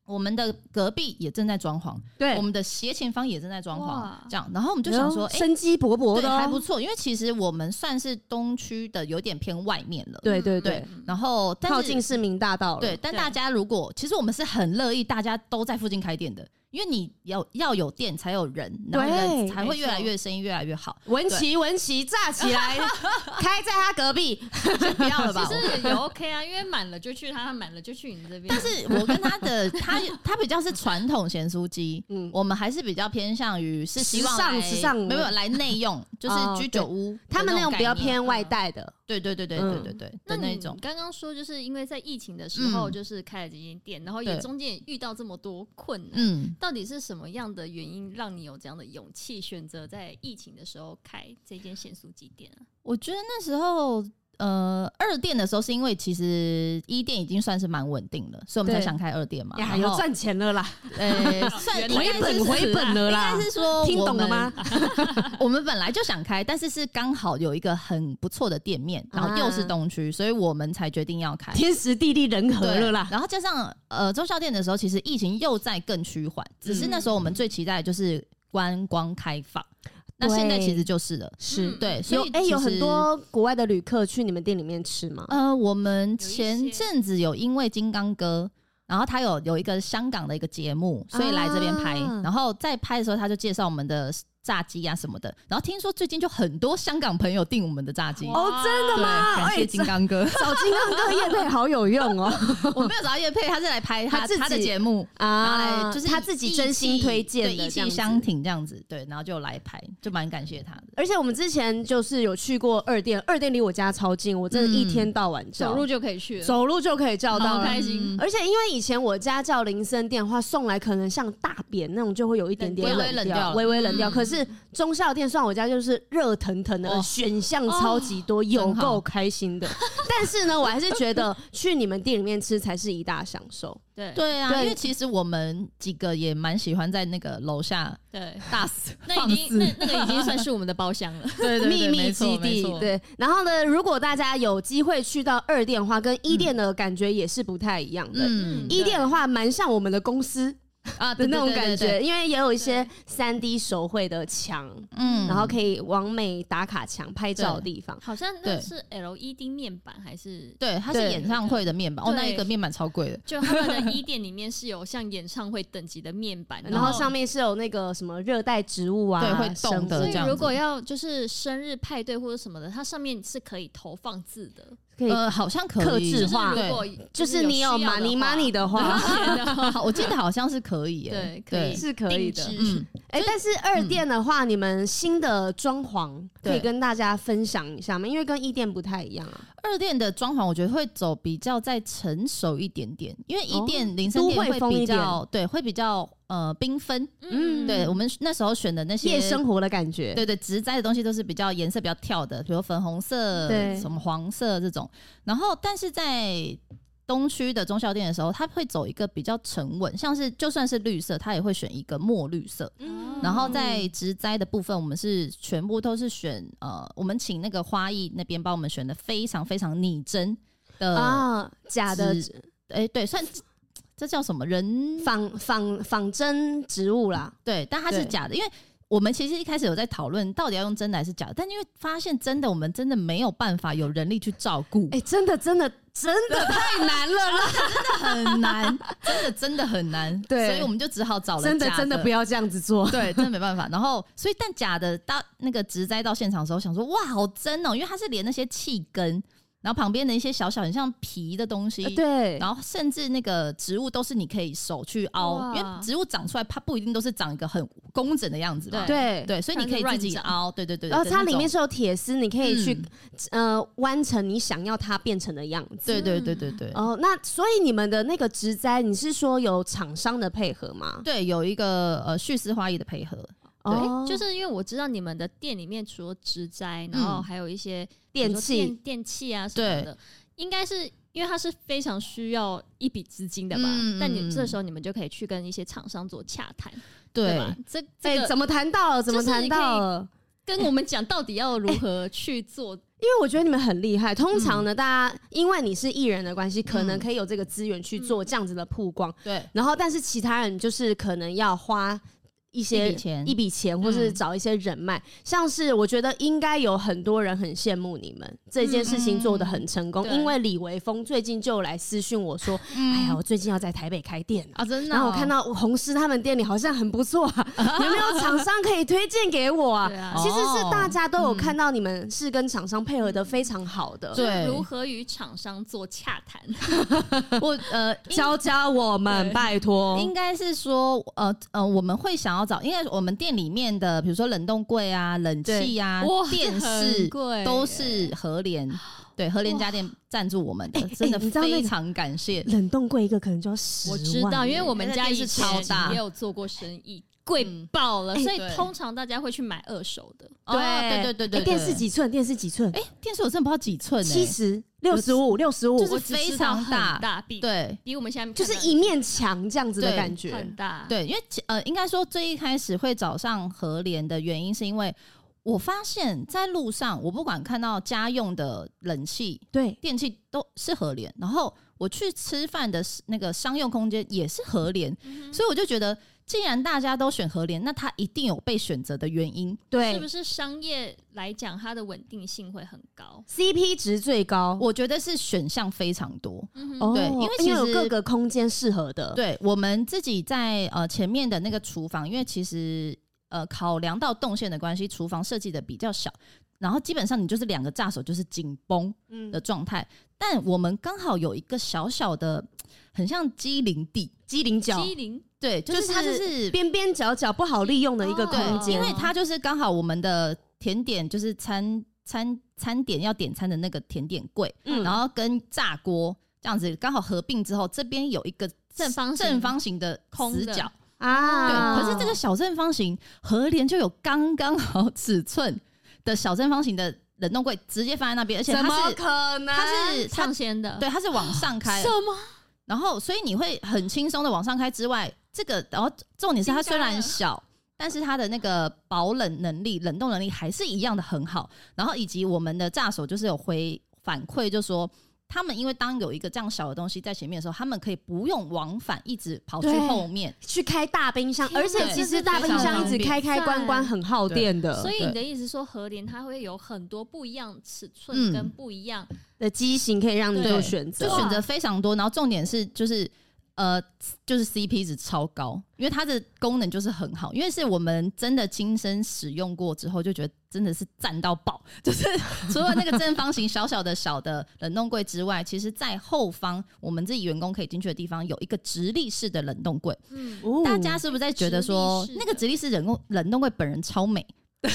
我们的隔壁也正在装潢，对我们的斜前方也正在装哇潢，这样。然后我们就想说，哎、生机勃勃对，的哦，还不错，因为其实我们算是东区的有点偏外面了，对对嗯对，嗯然后但是靠近市民大道了。对，但对大家如果其实我们是很乐意大家都在附近开店的，因为你要要有店才有人，然后对人才会越来没错越生意越来越好。 文琪，文琪炸起来， 开在他隔壁。不要了 吧其？实也 OK 啊，因为满了就去他，满了就去你这边。但是我跟他的他他比较是传统咸酥鸡，嗯，我们还是比较偏向于是希望时尚来时尚没有来内用，就是哦居酒屋的他们那种概比较念偏嗯外带的，对对对对对对对的你那种。刚刚说，就是因为在疫情的时候，嗯就是开了这间店，然后也对中间也遇到这么多困难，嗯，到底是什么样的原因让你有这样的勇气选择在疫情的时候开这间咸酥鸡店啊？我觉得那时候呃二店的时候是因为其实一店已经算是蛮稳定了，所以我们才对想开二店嘛。哎呀，然后有赚钱了啦， 呃，算原来回应该是本回本了啦应该。是说 听懂了吗？？我们本来就想开，但是是刚好有一个很不错的店面，然后又啊是东区，所以我们才决定 要开。天时地利人和对了啦。然后加上呃中小店的时候，其实疫情又在更趋缓，只是那时候我嗯们最期待的就是观光开放。那现在对其实就是了，是嗯对，所有以哎，其有很实多国外的旅客去你们店里面吃吗？呃，我们些前阵子有因为金刚哥，然后他有有一个香港的一个节目，所以来这边拍。啊然后在拍的时候，他就介绍我们的炸鸡啊什么的。然后听说最近就很多香港朋友订我们的炸鸡。哇哦，真的对，吗？感谢哎，金刚 哥。找金刚哥叶配好有用哦 我没有找到叶佩，他是来拍他他自己他的节目， 然后来啊！就是他自己真心推荐对的，意这样气子相挺这样子，对，然后就来拍，就蛮感谢他的。而且我们之前就是有去过二店，二店离我家超近，我真的嗯一天到晚叫，走路就可以去了，嗯走路就可以叫到好哦了。开心，而且因为以前我家叫铃声电话送来，可能像大便那种就会有一点点冷掉微微冷掉微微冷掉。嗯可是中校店算我家就是热腾腾的，哦选项超级多，有真够好开心的。 但是呢，我还是觉得去你们店里面吃才是一大享受。对对啊，对因为其实我们几个也蛮喜欢在那个楼下对，大肆那放已经肆，那那个已经算是我们的包厢了。对对秘对密没错基没地错。对，然后呢，如果大家有机会去到二店的话，跟一店的感觉也是不太一样的。嗯一店的话，蛮像我们的公司啊的那种感，对对对对觉，因为也有一些三 D 手绘的墙，嗯然后可以完美打卡墙拍照的地方。 好像那对是 LED 面板还是？对，它是对演唱会的面板，哦，对那一个面板超贵的，就他们的一店里面是有像演唱会等级的面板，然后上面是有那个什么热带植物啊，对会动生物的所这以样如子果要就是生日派对或者什么的，它上面是可以投放字的，可以，呃，好像可以刻制化就是如对，果就是你有需要 money money 的 话好我记得好像是可以耶，对可以是可以的。定制嗯，哎、但是二店的话，你们新的装潢对可以跟大家分享一下吗？因为跟一店不太一样啊，二店的装潢我觉得会走比较再成熟一点点，因为一店林森哦都店会风一比点较对，会比较呃缤纷，嗯对我们那时候选的那些夜生活的感觉。对对，植栽的东西都是比较颜色比较跳的，比如粉红色、对什么黄色这种。然后，但是在东区的中校店的时候，它会走一个比较沉稳，像是就算是绿色，它也会选一个墨绿色。嗯然后在植栽的部分，我们是全部都是选呃，我们请那个花艺那边帮我们选的非常非常拟真的，哎、啊，假的植对，算这叫什么人仿仿仿真植物啦，对，但它是对假的，因为我们其实一开始有在讨论到底要用真的还是假的，但因为发现真的，我们真的没有办法有人力去照顾，哎、真的真的真的太难了 啦！很难，真的真的很难，对所以我们就只好找了真的假真的的不。要这样子做。对，真的没办法。然后，所以但假的到那个植栽到现场的时候，想说哇，好真哦，因为它是连那些气根，然后旁边的一些小小很像皮的东西，呃对，然后甚至那个植物都是你可以手去凹，哇因为植物长出来它不一定都是长一个很工整的样子嘛，对对，对，所以你可以自己凹，对对对。然后它里面是，是有铁丝，你可以去、嗯呃弯成你想要它变成的样子。对对对对对。哦，那所以你们的那个植栽，你是说有厂商的配合吗？对，有一个呃叙事花艺的配合，哦，就是因为我知道你嗯们的店里面除了植栽，然后还有一些比如电说器电电器啊什么的，应该是因为它是非常需要一笔资金的吧？嗯但你这嗯时候你们就可以去跟一些厂商做洽谈，对吧？这哎、这个怎么谈到了？怎么谈到了？跟我们讲到底要如何去 做？因为我觉得你们很厉害。通常呢，大家因为你是艺人的关系，可能可以有这个资源去做这样子的曝光。对，然后，但是其他人就是可能要花一些一笔钱一笔钱或嗯是找一些人脉。像是我觉得应该有很多人很羡慕你们这件事情做得很成功，嗯对嗯因为李维峰最近就来私讯我说：“哎呀，我最近要在台北开店了。嗯啊，真的哦、然后我看到红狮他们店里好像很不错 啊，有没有厂商可以推荐给我啊？对啊其实是哦大家都有看到你们是跟厂商配合的非常好的，对如何与厂商做洽谈？我呃，教教我们，对拜托。应该是说，呃呃，我们会想要找，因为我们店里面的，比如说冷冻柜啊、冷气啊、电视都是和联， 对和联家电赞助我们的，真的哎你知道那个非常感谢。冷冻柜一个可能就要十我万，知道，因为我们家以前那个店是超大哎也有做过生意，贵爆了，嗯所以对通常大家会去买二手的。哦对对对对哎对，电视几寸？电视几寸？哎电视我真的不知道几寸、欸，七十六十五，六十五，就是我只知道非常大很大，比对。比我们现在就是看到一面墙这样子的对感觉很。大，对，因为其呃，应该说最一开始会找上和联的原因，是因为我发现在路上，我不管看到家用的冷气、对，电器都是和联，然后我去吃饭的那个商用空间也是和联，嗯哼，所以我就觉得，既然大家都选和联，那它一定有被选择的原因。是不对是商业来讲，它的稳定性会很高？ ，CP 值最高。我觉得是选项非常多。嗯哼，哦，对因为其实有各个空间适合的。对我们自己在呃前面的那个厨房，因为其实呃考量到动线的关系，厨房设计的比较小，然后基本上你就是两个炸手就是紧绷嗯的状态，但我们刚好有一个小小的，很像机灵地，机灵角、机灵对，就就是它就是边边角角不好利用的一个哦空对，因间。为它就是刚好我们的甜点就是餐餐餐点要点餐的那个甜点柜，嗯然后跟炸锅这样子刚好合并之后，这边有一个正方形正方形的空死的角，啊，对，可是这个小正方形和联就有刚刚好尺寸的小正方形的冷冻柜，直接放在那边，而且怎它么是可能？它是它上仙的，对它是往上开什，么？然后所以你会很轻松的往上开之外，这个然后重点是它惊呆虽然了小。但是它的那个保冷能力、冷冻能力还是一样的很好，然后以及我们的炸手就是有回反馈，就说他们因为当有一个这样小的东西在前面的时候，他们可以不用往返一直跑去对后面，去开大冰箱，天哪而且其实大冰箱一直开开关关很耗电的，所以你对的意思说，和联它会有很多不一样尺嗯寸跟不一样，的机型可以让你做对选择就。选啊择非常多，然后重点是就是呃，就是 CP 值超高，因为它的功能就是很好，因为是我们真的亲身使用过之后，就觉得真的是赞到爆。 就是除了那个正方形小小的小的冷冻柜之外，其实在后方我们自己员工可以进去的地方有一个直立式的冷冻柜，嗯，哦大家是不是在觉得说直立式的那个直立式冷冻冷冻柜本人超美？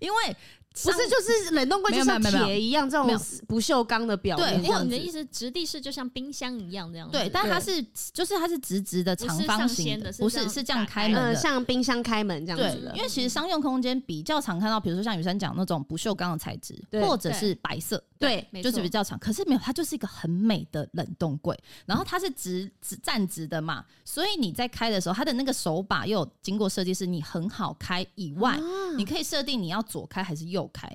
因为不是就是冷冻柜没就有像没有没有铁一样这种没有不锈钢的表面对这哦，样你子的意思直地是就像冰箱一样这样子，对，但它对是就是它是直直的哦不是长方上掀形的是不这是样是这样打开开门嗯，的，像冰箱开门这样对子的，因为其实商用空间比较常看到，比如说像雨山讲那种不锈钢的材质，对或者是白色，对没就是错比较常。可是没有，它就是一个很美的冷冻柜，然后它是直直站直的嘛，所以你在开的时候，它的那个手把又有经过设计，是你很好开以外，你可以设定你要左开还是右开，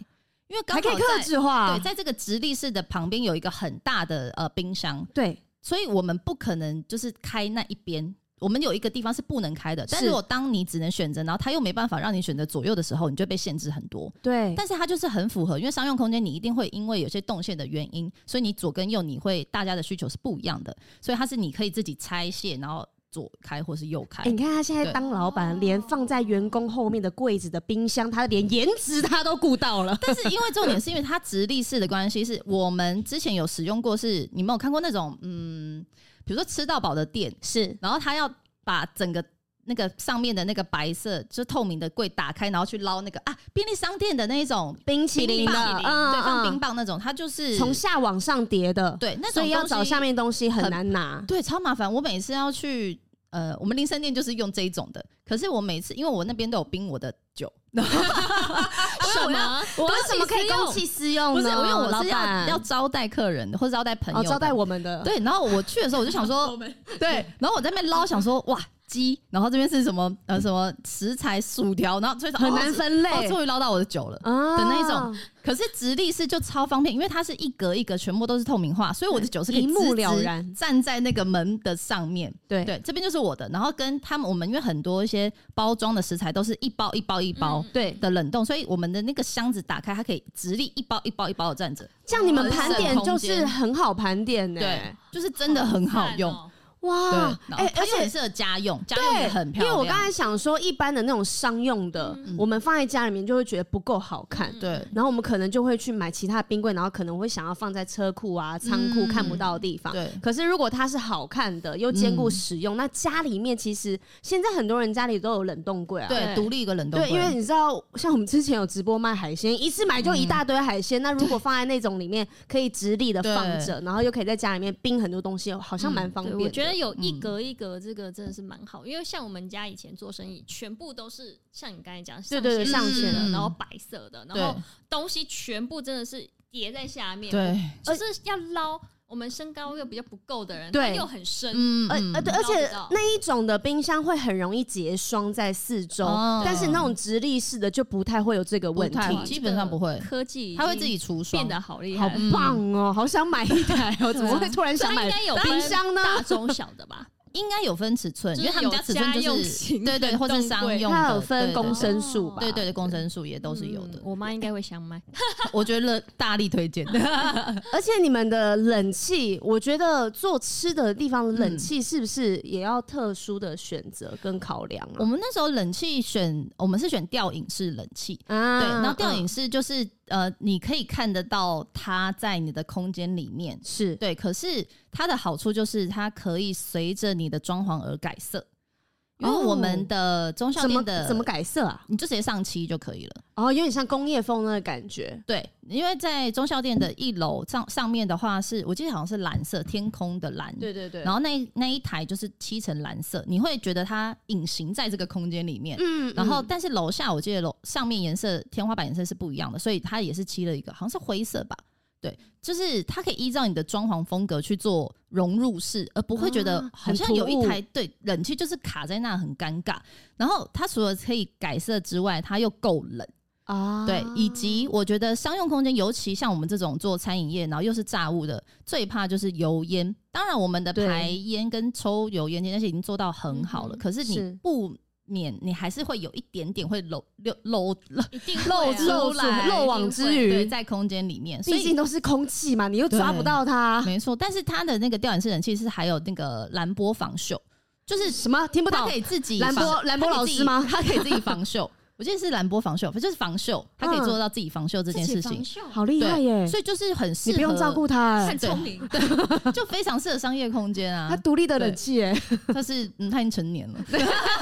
因为啊刚还可以好克在。制啊化对，，在这个直立式的旁边有一个很大的呃冰箱，对所以我们不可能就是开那一边。我们有一个地方是不能开的，但是如果当你只能选择，然后他又没办法让你选择左右的时候，你就被限制很多。对但是它就是很符合，因为商用空间你一定会因为有些动线的原因，所以你左跟右你会大家的需求是不一样的，所以它是你可以自己拆卸，然后左开或是右开。哎、你看他现在对当老板，哦连放在员工后面的柜子的冰箱，他连颜值他都顾到了。但是因为重点是因为它直立式的关系，是我们之前有使用过是，你们有看过那种嗯，比如说吃到饱的店是，然后他要把整个。那个上面的那个白色就是透明的柜打开，然后去捞那个啊便利商店的那一种冰淇淋的，冰棒嗯对，放嗯冰棒那种，它就是从下往上叠的，对那种所以要东西找下面东西很很难拿。对，超麻烦。我每次要去呃，我们林森店就是用这一种的，可是我每次因为我那边都有冰我的酒，然后什 么？我为啊什么可以公器私用不呢？是，因为我老是要板要招待客人的，或者招待朋友哦的、招待我们的，对，然后我去的时候我就想 说，对，然后我在那边捞，想说哇鸡，然后这边是什么呃什么食材薯条，然后所以很难分类哦，终于捞到我的酒了。啊的那一种，可是直立式就超方便，因为它是一格一格，全部都是透明化，所以我的酒是可以一目直直了然站在那个门的上面。对对，这边就是我的，然后跟他们我们因为很多一些包装的食材都是一包一包一包。对，嗯的冷冻，所以我们的那个箱子打开，它可以直立一包一包一包的站着，这样你们很盘省点空就是间很好盘点呢。对，就是真的很好用。赞哦对哇，，哎哎，，而而且且很适合家用，家用也对，很漂因亮。嗯为我刚才想说，一般的那种商用的，我们放在家里面就会觉得不够好看。嗯对然后我们可能就会去买其他的冰柜，然后可能会想要放在车库啊、仓库嗯看不到的地方。对嗯可是如果它是好看的，又兼顾使用，那家里面其实现在很多人家里都有冷冻柜啊。对对，独立一个冷冻对，柜，因为你知道，像我们之前有直播卖海鲜，一次买就一嗯大堆海鲜。那如果放在那种里面，可以直立的对嗯放着，然后又可以在家里面冰很多东西，好像蛮方对，便的。我觉得有一格一格这个真的是蛮好，因为像我们家以前做生意，全部都是像你刚才讲，对对对上上线线的，嗯然后白色的，然后对东西全部真的是叠在下面，，对，就是要捞我们身高又比较不够的人，对他又很深，嗯而而对，而知道且知道那一种的冰箱会很容易结霜在四周，哦但是那种直立式的就不太会有这个问不太题。基本上不会科技已它会经自己嗯除霜变，得好厉好害，棒哦，好想买一台 哦！怎么会突然所想以买应该有冰分箱呢？大中小的吧？应该有分尺寸，就因是为他们家尺寸有家就用是型对对，冷或冻者柜商用的，它有分对公升数吧？对对对对，公升数也 都是有的嗯。我妈应该会想 买，我觉得大力推荐，而且你们的冷气，我觉得做吃的地方嗯冷气是不是也要特殊的选择跟考量啊我们那时候冷气选，我们是选吊影式冷气。啊？啊对，然后吊影式就是呃，你可以看得到它在你的空间里面，是对，可是它的好处就是它可以随着你的装潢而改色，因为哦我们的中小怎么店的怎么，改色啊？你就直接上漆就可以了。哦，有点像工业风那个感觉。对，因为在中小店的一楼上上面的话是，我记得好像是蓝色天空的蓝，对对对嗯然后那那一台就是漆成蓝色，你会觉得它隐形在这个空间里面。嗯然后，嗯但是楼下我记得楼上面颜色天花板颜色是不一样的，所以它也是漆了一个好像是灰色吧。对，就是它可以依照你的装潢风格去做融入式，而不会觉得啊好像很突有一兀台对冷气就是卡在那很尴尬。然后它除了可以改色之外，它又够冷，啊对，以及我觉得商用空间，尤其像我们这种做餐饮业，然后又是炸物的，最怕就是油烟。当然，我们的对排烟跟抽油烟那些已经做到很好了，嗯哼可是你是不免你还是会有一点点会漏漏漏一定会漏啊出来漏网之鱼对，在空间里面，所毕竟以。都是空气嘛，你又抓不到它。没错，但是它的那个吊顶式冷气是还有那个蓝波防锈，就是什么听不它懂可？以自己兰防波兰波老师吗？它可以自己它可以自己防锈，我记得是蓝波防锈，就是防锈，它嗯可以做到自己防锈这件事情。，好厉害耶！所以就是很嗯适你合，不用照顾它很耶，聪明，就非常适合商业空间它啊。独立的冷气耶。他是嗯，他已经成年了，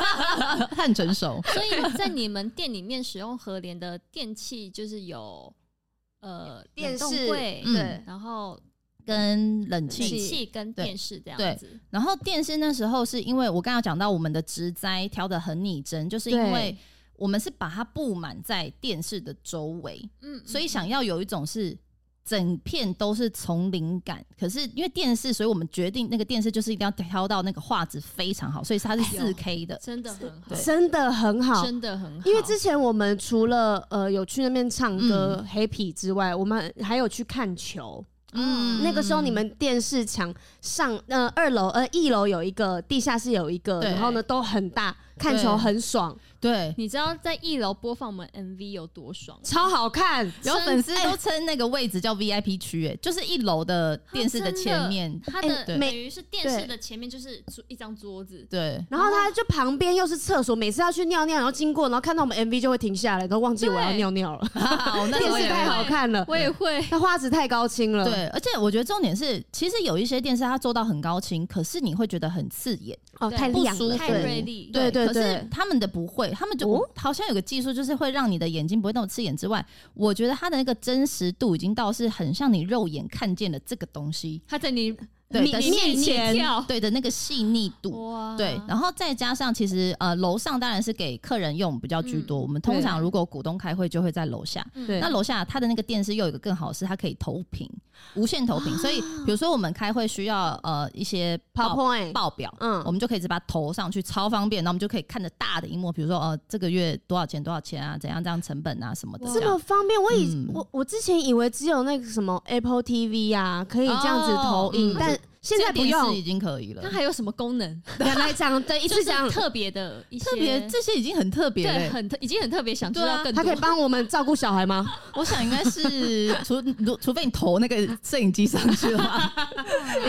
他很成熟。所以在你们店里面使用和联的电器，就是有呃电冷冻视柜，嗯对然后跟冷冷气，气跟对电视这样对子。然后电视那时候是因为我刚刚有讲到我们的植栽挑的很拟真，就是因为对我们是把它布满在电视的周围，嗯，所以想要有一种是整片都是丛林感。可是因为电视，所以我们决定那个电视就是一定要挑到那个画质非常好，所以它是哎呦四 K 的。真的很好，真的很好。真的很好，因为之前我们除了呃有去那边唱嗯歌 happy 之外，我们还有去看球。嗯那个时候你们电视墙上呃二楼呃一楼有一个，地下室有一个，对然后呢都很大，看球很爽，对，你知道在一楼播放我们 MV 有多爽吗？超好看。有真粉丝哎都称那个位置叫 VIP 区，哎，就是一楼的电视的前面，它哎的对等于是电对视的前面就是桌一张桌子，对，然后它就旁边又是厕所，每次要去尿尿，然后经过，然后看到我们 MV 就会停下来，都忘记我要对尿尿了。 好，那电我视也太好看了，我也会，它画质太高清了。对，而且我觉得重点是，其实有一些电视它做到很高清，可是你会觉得很刺眼，哦，对太不亮舒了，服太锐利，对对可是对他们的不会，他们就、哦好像有个技术，就是会让你的眼睛不会那么刺眼之外，我觉得它的那个真实度已经到是很像你肉眼看见了这个东西，哦它在你对面但是面前跳，对的那个细腻度。嗯哇对，然后再加上其实呃，楼上当然是给客人用比较居多。我们通常如果股东开会就会在楼下，嗯嗯对那楼下它的那个电视又有一个更好是它可以投屏，无线投屏。所以啊比如说我们开会需要呃一些报 PowerPoint，报表，嗯我们就可以直接把它投上去，超方便。那我们就可以看着大的荧幕，比如说哦、呃这个月多少钱多少钱啊，怎样这样成本啊什么的哇这这样。么方便，我以、嗯我我之前以为只有那个什么 Apple TV 呀、可以这样子投影，哦嗯但现在不电视已用。经可以了它。还有什么功能？原来这样，对，一次就是这样，特别的一些特别这些已经很特别了对，欸。很特已经很特别，想知对道啊更他多。可以帮我们照顾小孩吗？ 我想应该 是除如除非你投那个摄影机上去的 话，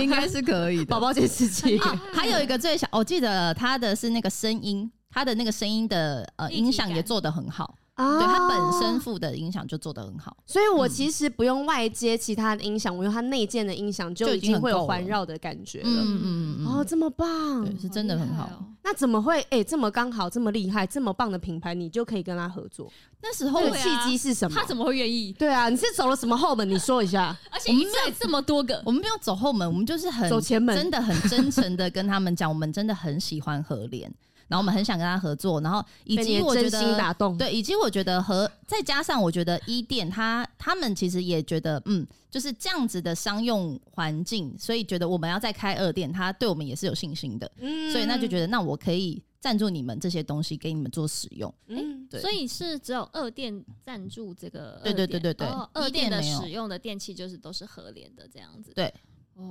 应该是可以的。宝宝监视器，啊，还有一个最小，我记得它的是那个声音，它的那个声音的呃立体感音响也做得很好， 啊对它本身，附的音响就做得很好。所以我其实不用外接其他的音响，我用它内建的音响就就已已经经很会有够了环绕的感觉了。嗯嗯嗯，哦，这么棒！对，是真的很好。那怎么会？哎、这么刚好，这么厉害，这么棒的品牌，你就可以跟他合作？那时这候对个啊契机是什么？他怎么会愿意？对啊，你是走了什么后门？你说一 下。而且一次有这么多个，我们没有走后门，我们就是很走前门真的很真诚的跟他们讲，我们真的很喜欢和联，然后我们很想跟他合作，然后以被你及的我觉真心得打动，对，以及我觉得和再加上我觉得一店他他们其实也觉得嗯，就是这样子的商用环境，所以觉得我们要再开二店，他对我们也是有信心的，嗯所以那就觉得那我可以赞助你们这些东西给你们做使用。得，嗯，对所以是只有二店赞助这个二对店，对对对对哦一二店的店没有使用的电器就是都是合联的这样子。对，哦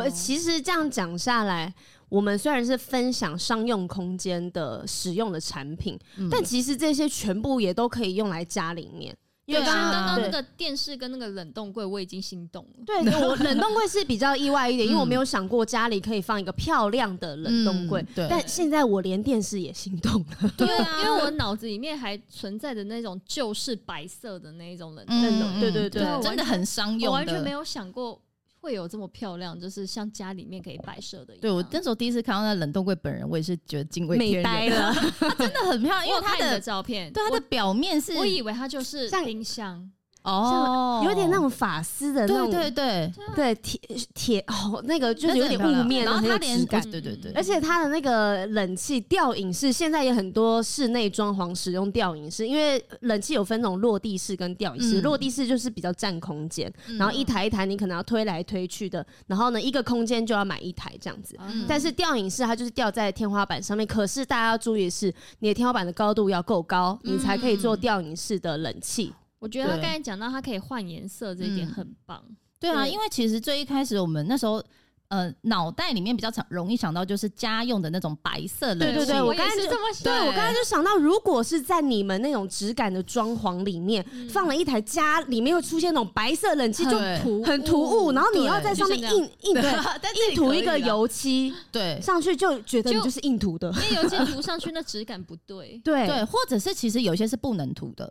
哎我其实这样讲下来，我们虽然是分享商用空间的使用的产品，嗯但其实这些全部也都可以用来家里面，因对为啊，刚刚刚刚那对个电视跟那个冷冻柜，我已经心动了。对， 我冷冻柜是比较意外一点，因为我没有想过家里可以放一个漂亮的冷冻柜嗯，对但现在我连电视也心动了。对因为啊因为我脑子里面还存在着那种旧式白色的那一种冷冻嗯柜，嗯对对嗯对我完真的很商我用完全没的。有想过会有这么漂亮，就是像家里面可以摆设的一样。对我那时候第一次看到那冷冻柜本人，我也是觉得惊为美天呆人，了， 真的很漂亮，因我有为它看你的的照片，对它的表面是我我以为它就是像冰箱，哦，有点那种法师的那对种，对对，对铁铁哦，那个就是那有真点的很漂雾亮面，然后很有它连质感。对对对，而且它的那个冷气吊影式，现在也很多室内装潢使用吊影式，因为冷气有分那种落地式跟吊影式。嗯落地式就是比较占空间，嗯然后一台一台你可能要推来推去的，然后呢一个空间就要买一台这样子。嗯但是吊影式它就是吊在天花板上面，可是大家要注意的是，你的天花板的高度要够高，你才可以嗯做吊影式的冷气。我觉得他对刚才讲到它可以换颜色这一点嗯很棒。对啊，对因为其实最一开始我们那时候。呃，脑袋里面比较常容易想到就是家用的那种白色冷气，对对我我刚才也是就这么想对，我刚才就想到，如果是在你们那种质感的装潢里面、嗯放了一台家，里面会出现那种白色冷气，就对突嗯很突兀，然后你要在上面就像印 印 对， 印涂一个油漆啊对上去，就觉得你就就是印涂的，，因为邮件涂上去那质感不对 对对，或者是其实有一些是不能涂的，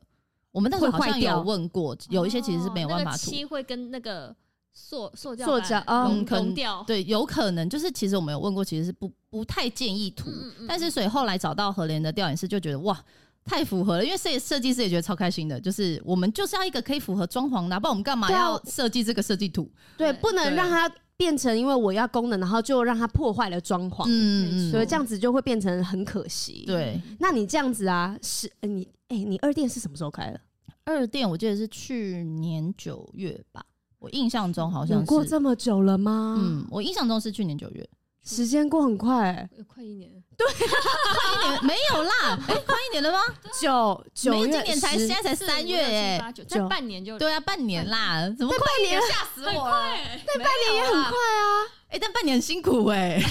我们那时候会好坏像掉有问过， 有一些其实是没有办哦那个法涂，漆会跟那个塑塑胶塑板胶哦融嗯可能融掉。对，有可能就是其实我们有问过，其实是不不太建议涂，嗯嗯嗯但是所以后来找到和联的调研师就觉得哇。太符合了，因为设设计师也觉得超开心的，就是我们就是要一个可以符合装潢的啊、不然我们干嘛对啊要设计这个设计图？对，对不能让它变成因为我要功能，然后就让它破坏了装潢，嗯哦所以这样子就会变成很可惜。，对。那你这样子啊，是呃你哎，你二店是什么时候开的？二店我记得是去年九月吧，我印象中好像有是过这么久了吗？嗯，我印象中是去年九月，时间过很快、有快一年，一年没 有啦，哎、快一年了吗？啊九九没有，月今年才十现在才四三五月六七哎、八九，九在半年就对啊，半年啦，怎么快半年吓死我了。对，半年也很快啊，哎、但半年很辛苦哎、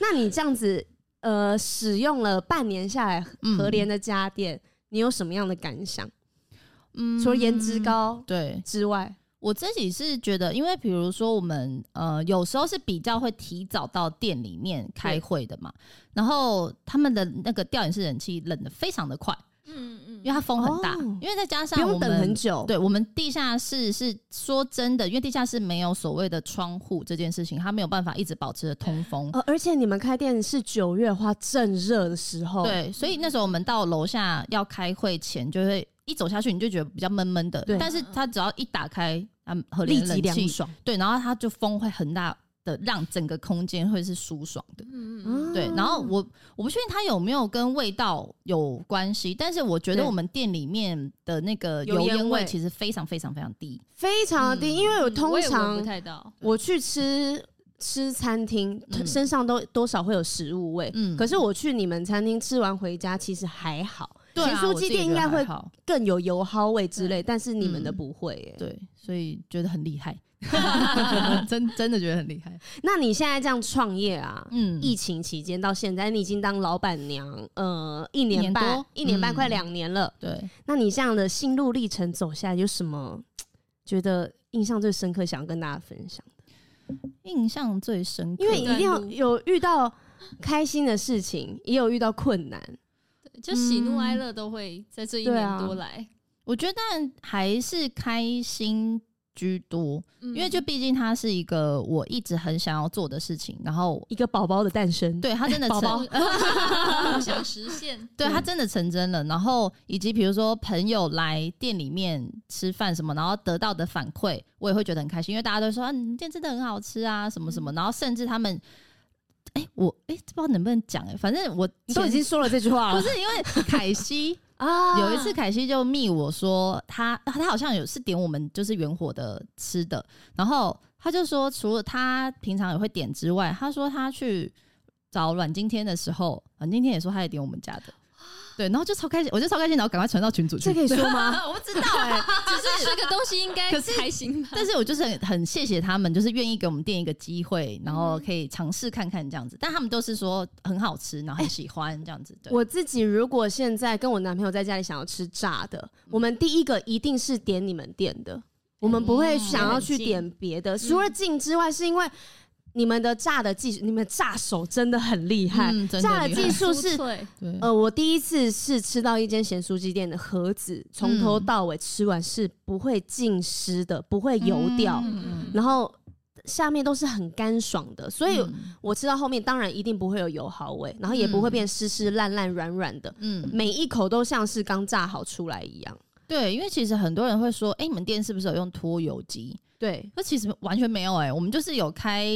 那你这样子，呃，使用了半年下来嗯和联的家电，你有什么样的感想？嗯除了颜值，高对之外，我自己是觉得，因为比如说我们呃有时候是比较会提早到店里面开会的嘛，然后他们的那个调研室冷气冷的非常的快，嗯嗯因为它风很大，哦因为再加上不我用们等很久。对我们地下室是说真的，因为地下室没有所谓的窗户这件事情，它没有办法一直保持着通风。呃，而且你们开店是九月花正热的时候，对，所以那时候我们到楼下要开会前，就会一走下去你就觉得比较闷闷的对，但是它只要一打开，嗯，和立联即冷凉气，爽。对，然后它就风会很大。的让整个空间会是舒爽的。嗯嗯嗯对，然后我我不确定它有没有跟味道有关系，但是我觉得对我们店里面的那个油油烟烟味味其实非常非常非常低。非常的低，因为我嗯通也闻常不太到，我去吃吃餐厅，嗯身上都多少会有食物味。嗯可是我去你们餐厅吃完回家，其实还好，对咸啊，酥我鸡自己店觉应得该还会好更有油蒿味之类，但是你们的嗯不会耶。对，所以觉得很厉 害， 真真的觉得很厉害。那你现在这样创业啊，嗯，疫情期间到现在，你已经当老板娘呃一年嗯年半多，一年半嗯快两年了。对，那你这样的心路历程走下来，有什么觉得印象最深刻，想要跟大家分享？印象最深刻，因为一定要对有遇到开心的事情，也有遇到困难。对就喜怒嗯哀乐都会在这一对年啊多来，我觉得当然还是开心居多，因因为就嗯毕竟它是一个我一直很想要做的事情，然后一个宝宝的诞生，对它真的成 想实现，对嗯它真的成真了，然后以及比如说朋友来店里面吃饭什么，然后得到的反馈，我也会觉得很开心，因为大家都说啊，你们店真的很好吃啊，什么什么，嗯然后甚至他们，哎、我哎、不知道能不能讲哎、反正我你都已前经说了这句话不了是因为凯西 啊有一次，凯西就密我说他他好像有是点我们就是原火的吃的，然后他就说除了他平常也会点之外，他说他去找阮经天的时候，阮经天也说他也点我们家的， 对，然后就超开心，我就超开心，然后赶快传到群组去。啊这可以说吗？ 我不知道啊哎、只是这个东西应该可是开心吧？ 但是我就是很很谢谢他们，就是愿意给我们店一个机会，然后嗯可以尝试看看这样子。但他们都是说很好吃，然后很喜欢这样子。对，哎我自己如果现在跟我男朋友在家里想要吃炸的，嗯我们第一个一定是点你们店的，我们不嗯会想要去点别的。除了进之外，是因为你们的炸的技术，你们炸手真的很厉害。嗯真的炸的厉害技术是对，对，呃，我第一次是吃到一间咸酥鸡店的盒子，从头嗯到尾吃完是不会浸湿的，不会油掉，嗯然后下面都是很干爽的，所以嗯我吃到后面当然一定不会有油耗味，然后也不会嗯变湿湿烂烂软软的，嗯每一口都像是刚炸好出来一样。对，因为其实很多人会说，哎、你们店是不是有用脱油机？对，那其实完全没有哎、我们就是有开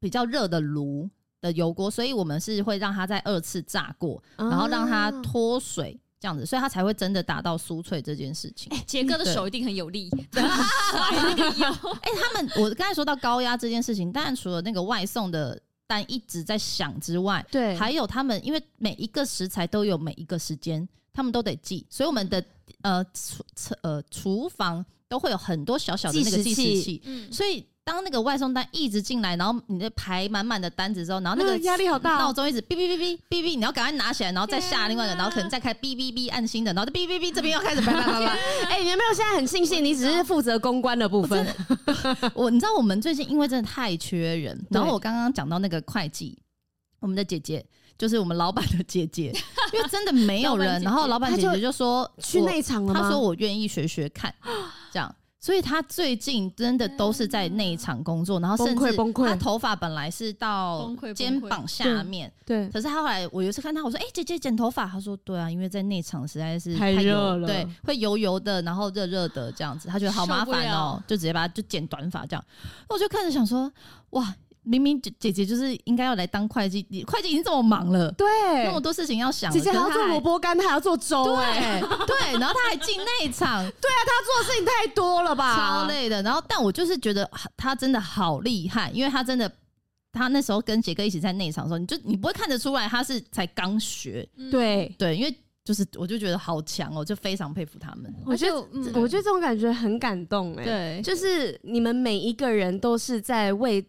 比较热的炉的油锅，所以我们是会让它再二次炸过，然后让它啊脱水。这样子，所以它才会真的达到酥脆这件事情。杰哥的对手一定很有力，甩那个油，哎、他们我刚才说到高压这件事情，当然除了那个外送的单一直在响之外，对，还有他们因为每一个食材都有每一个时间，他们都得记，所以我们的呃厨厨呃厨房都会有很多小小的那个计时计时器器，嗯，所以当那个外送单一直进来，然后你的排满满的单子之后，然后那个嗯压力好大闹哦，钟一直哔哔哔哔哔哔，你要赶快拿起来，然后再天啊下另外一个，然后可能再开哔哔哔按新的，然后再哔哔哔这边又开始叭叭叭叭。哎、你有没有现在很庆幸你只是负责公关的部分？我你知道我们最近因为真的太缺人，对然后我刚刚讲到那个会计，我们的姐姐就是我们老板的姐姐，因为真的没有老板人，姐姐然后老板姐她姐就就说去我内场了吗？她说我愿意学学 看，这样。所以她最近真的都是在内场工作，然后甚崩至溃崩溃她头发本来是到崩溃崩溃肩膀下面，对，可是她后来我有一次看她，我说：“哎、姐姐剪头发。”她说：“对啊，因为在内场实在是太油热了对，会油油的，然后热热的这样子，她觉得好麻烦受不哦了、就直接把它就剪短发这样。”那我就看着想说：“哇，明明姐姐姐就是应该要来当会计，你会计已经这么忙了，对，那么多事情要想了，姐姐还可要是她做萝。”卜干，她还要做粥、对哎，对，然后她还进内场，她做的事情太多了吧？超累的。然后，但我就是觉得啊他真的好厉害，因为他真的，他那时候跟杰哥一起在内场的时候，你就你不会看得出来他是才刚学，嗯， 对，对，因为就是我就觉得好强哦，就非常佩服他们。我觉得而且嗯我觉得这种感觉很感动哎、对，就是你们每一个人都是在为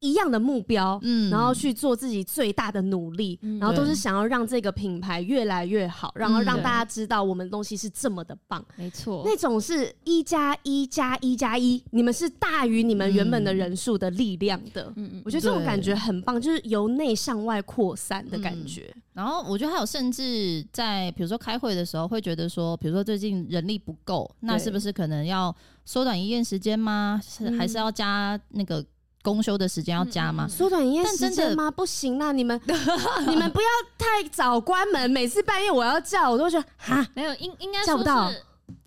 一样的目标，嗯然后去做自己最大的努力，嗯然后都是对想要让这个品牌越来越好，然后嗯让对哦大家知道我们东西是这么的棒。没错，那种是一加一加一加一，你们是大于你们原本的人数的力量的。嗯嗯我觉得这种对嗯感觉很棒，就是由内向外扩散的感觉。然后我觉得还有，甚至在比如说开会的时候，会觉得说，比如说最近人力不够，那对是不是可能要缩短营业时间吗？是嗯还是要加那个公休的时间要加嗯吗？缩短营业时但真间的吗？不行啦， 你们你们不要太早关门，每次半夜我要叫，我都觉得哈，没有，应应该叫不说到是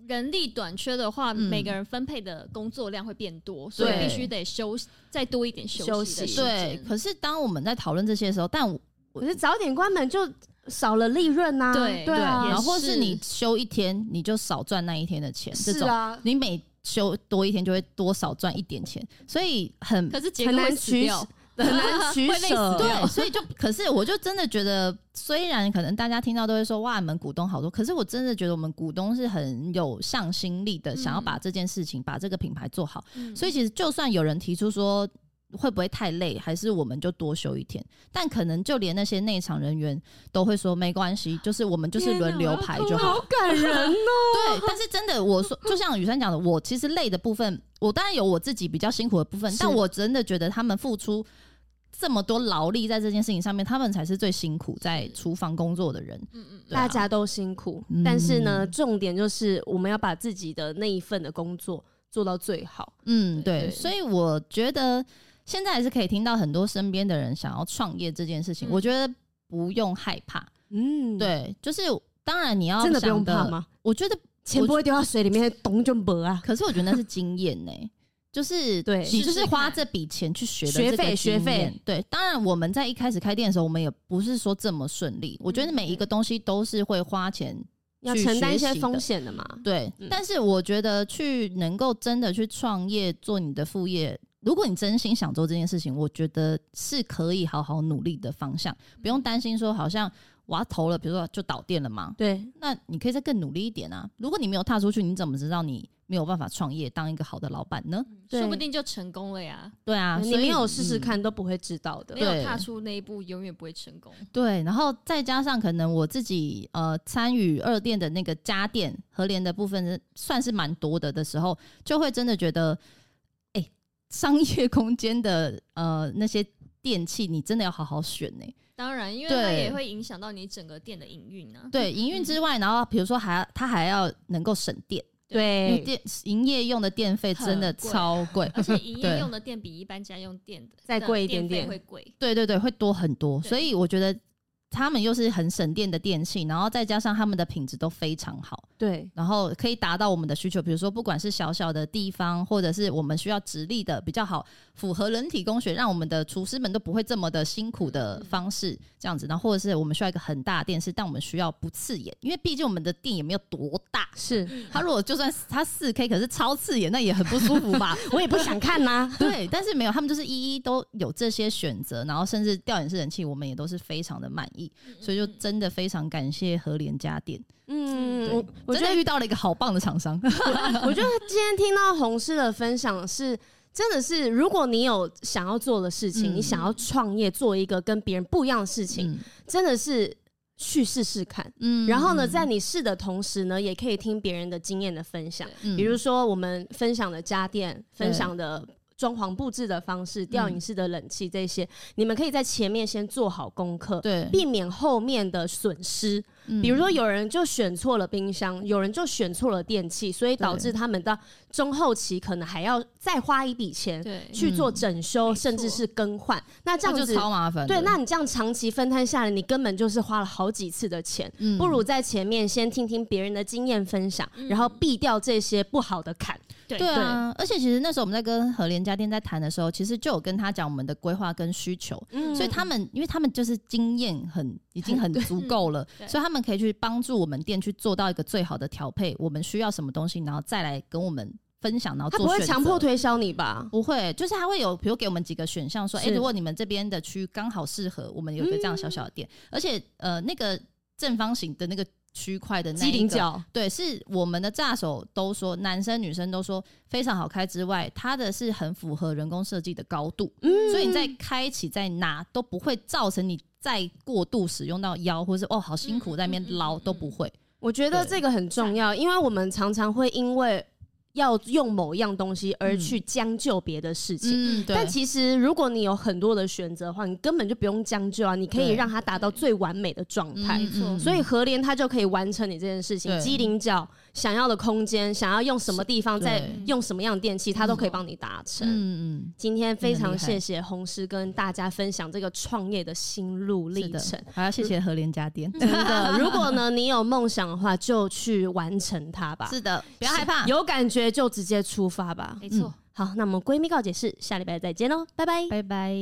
人力短缺的话，嗯每个人分配的工作量会变多，所以对必须得休息，再多一点休休息的息时对间。，可是当我们在讨论这些的时候，但我可是早点关门就少了利润呐、对对也然啊后，或是是你休一天，你就少赚那一天的钱，这是种啊，你每休多一天就会多少赚一点钱，所以很可是结果很会难死取掉舍，很难取会累死舍，对，所以就可是我就真的觉得，虽然可能大家听到都会说哇，你们股东好多，可是我真的觉得我们股东是很有向心力的，嗯想要把这件事情、把这个品牌做好。嗯所以其实就算有人提出说会不会太累，还是我们就多休一天，但可能就连那些内场人员都会说没关系，就是我们就是轮流排就好。啊好感人哦。对，但是真的，我说就像雨珊讲的，我其实累的部分，我当然有我自己比较辛苦的部分，是但我真的觉得他们付出这么多劳力在这件事情上面，他们才是最辛苦在厨房工作的人。嗯嗯，对 啊大家都辛苦，嗯但是呢，重点就是我们要把自己的那一份的工作做到最好。嗯，对对，对所以我觉得现在还是可以听到很多身边的人想要创业这件事情，嗯我觉得不用害怕。嗯，，对，就是当然你要真的不用想怕吗？我觉得，钱不会丢到水里面，懂就没啊。可是我觉得那是经验呢、 就是对你就试是试花看这笔钱去学的学这个费经学费验对。当然，我们在一开始开店的时候，我们也不是说这么顺利。我觉得嗯每一个东西都是会花钱，要去承担一学些习风的险的嘛。对。嗯但是我觉得去能够真的去创业做你的副业，如果你真心想做这件事情，我觉得是可以好好努力的方向，不用担心说好像我要投了，比如说就倒店了嘛，对，那你可以再更努力一点啊！如果你没有踏出去，你怎么知道你没有办法创业，当一个好的老板呢？对嗯说不定就成功了呀。对啊，你所以没有试试、嗯看都不会知道的没。有对踏出那一步，永远不会成功。对，然后再加上可能我自己呃参与二店的那个家电和联的部分，算是蛮多的的时候，就会真的觉得，哎、商业空间的呃那些电器，你真的要好好选呢、当然，因为它对也会影响到你整个店的营运啊。对，营运之外，然后比如说还它还要能够省电，因为对，电营业用的电费真的很贵超 贵，而且营对业用的电比一般家用电的再贵一点电点费会贵。对对对，会多很多。对所以我觉得他们又是很省电的电器，然后再加上他们的品质都非常好，对， 然后可以达到我们的需求。比如说，不管是小小的地方，或者是我们需要直立的比较好，符合人体工学，让我们的厨师们都不会这么的辛苦的方式这样子。然后或者是我们需要一个很大的电视，但我们需要不刺眼，因为毕竟我们的店也没有多大。是它如果就算它四 K，可是超刺眼，那也很不舒服 吧？我也不想看呐。对，但是没有，他们就是一一都有这些选择，然后甚至调研式人气，我们也都是非常的满意，所以就真的非常感谢和联家电，嗯，对我我真觉的得遇到了一个好棒的厂商。 我觉得今天听到红师的分享是。真的是，如果你有想要做的事情，嗯你想要创业，做一个跟别人不一样的事情，嗯真的是去试试看。嗯然后呢，在你试的同时呢，也可以听别人的经验的分享，嗯比如说我们分享的家电、分享的装潢布置的方嗯式、吊影式的冷气这些，你们可以在前面先做好功课。对，避免后面的损失，嗯比如说有人就选错了冰箱，有人就选错了电器，所以导致他们到中后期可能还要再花一笔钱对，去做整修，没错甚至是更换。那这嗯那样就子超麻烦的。对，那你这样长期分摊下来，你根本就是花了好几次的钱，嗯不如在前面先听听别人的经验分享，然后避掉这些不好的坎。对对啊，而且其实那时候我们在跟和联家电在谈的时候，其实就有跟他讲我们的规划跟需求，嗯所以他们，因为他们就是经验很已经很足够了，对所以他们可以去帮助我们店去做到一个最好的调配，我们需要什么东西，然后再来跟我们分享，然后他做不会选择强迫。推销你吧？不会，就是他会有，比如给我们几个选项，说，哎、是如果你们这边的区刚好适合，我们有一个这样小小的店，而且呃，那个正方形的那个区块的那鸡一零个角，对，是我们的炸手都说，男生女生都说非常好开之外，它的是很符合人工设计的高度，所以你在开启在拿都不会造成你再过度使用到腰，或是哦好辛苦在那边捞、都不会。我觉得对这个很重要，因为我们常常会因为。要用某一样东西而去将就别的事情。嗯，对，但其实，如果你有很多的选择的话，你根本就不用将就啊，你可以对让它达到最完美的状嗯态。没错所以和联它就可以完成你这件事情，对机灵角想要的空间，想要用什么地方，是再对用什么样的电器，它都可以帮你达成。嗯嗯，今天非常很厉害谢谢红师跟大家分享这个创业的心路是历的嗯程。，还要谢谢和联家电， 真的，如果呢你有梦想的话，就去完成它吧。嗯是的，不要害怕，哎有感觉就直接出发吧。没错。好，那我们闺蜜告解室下礼拜再见喽，拜拜。拜拜。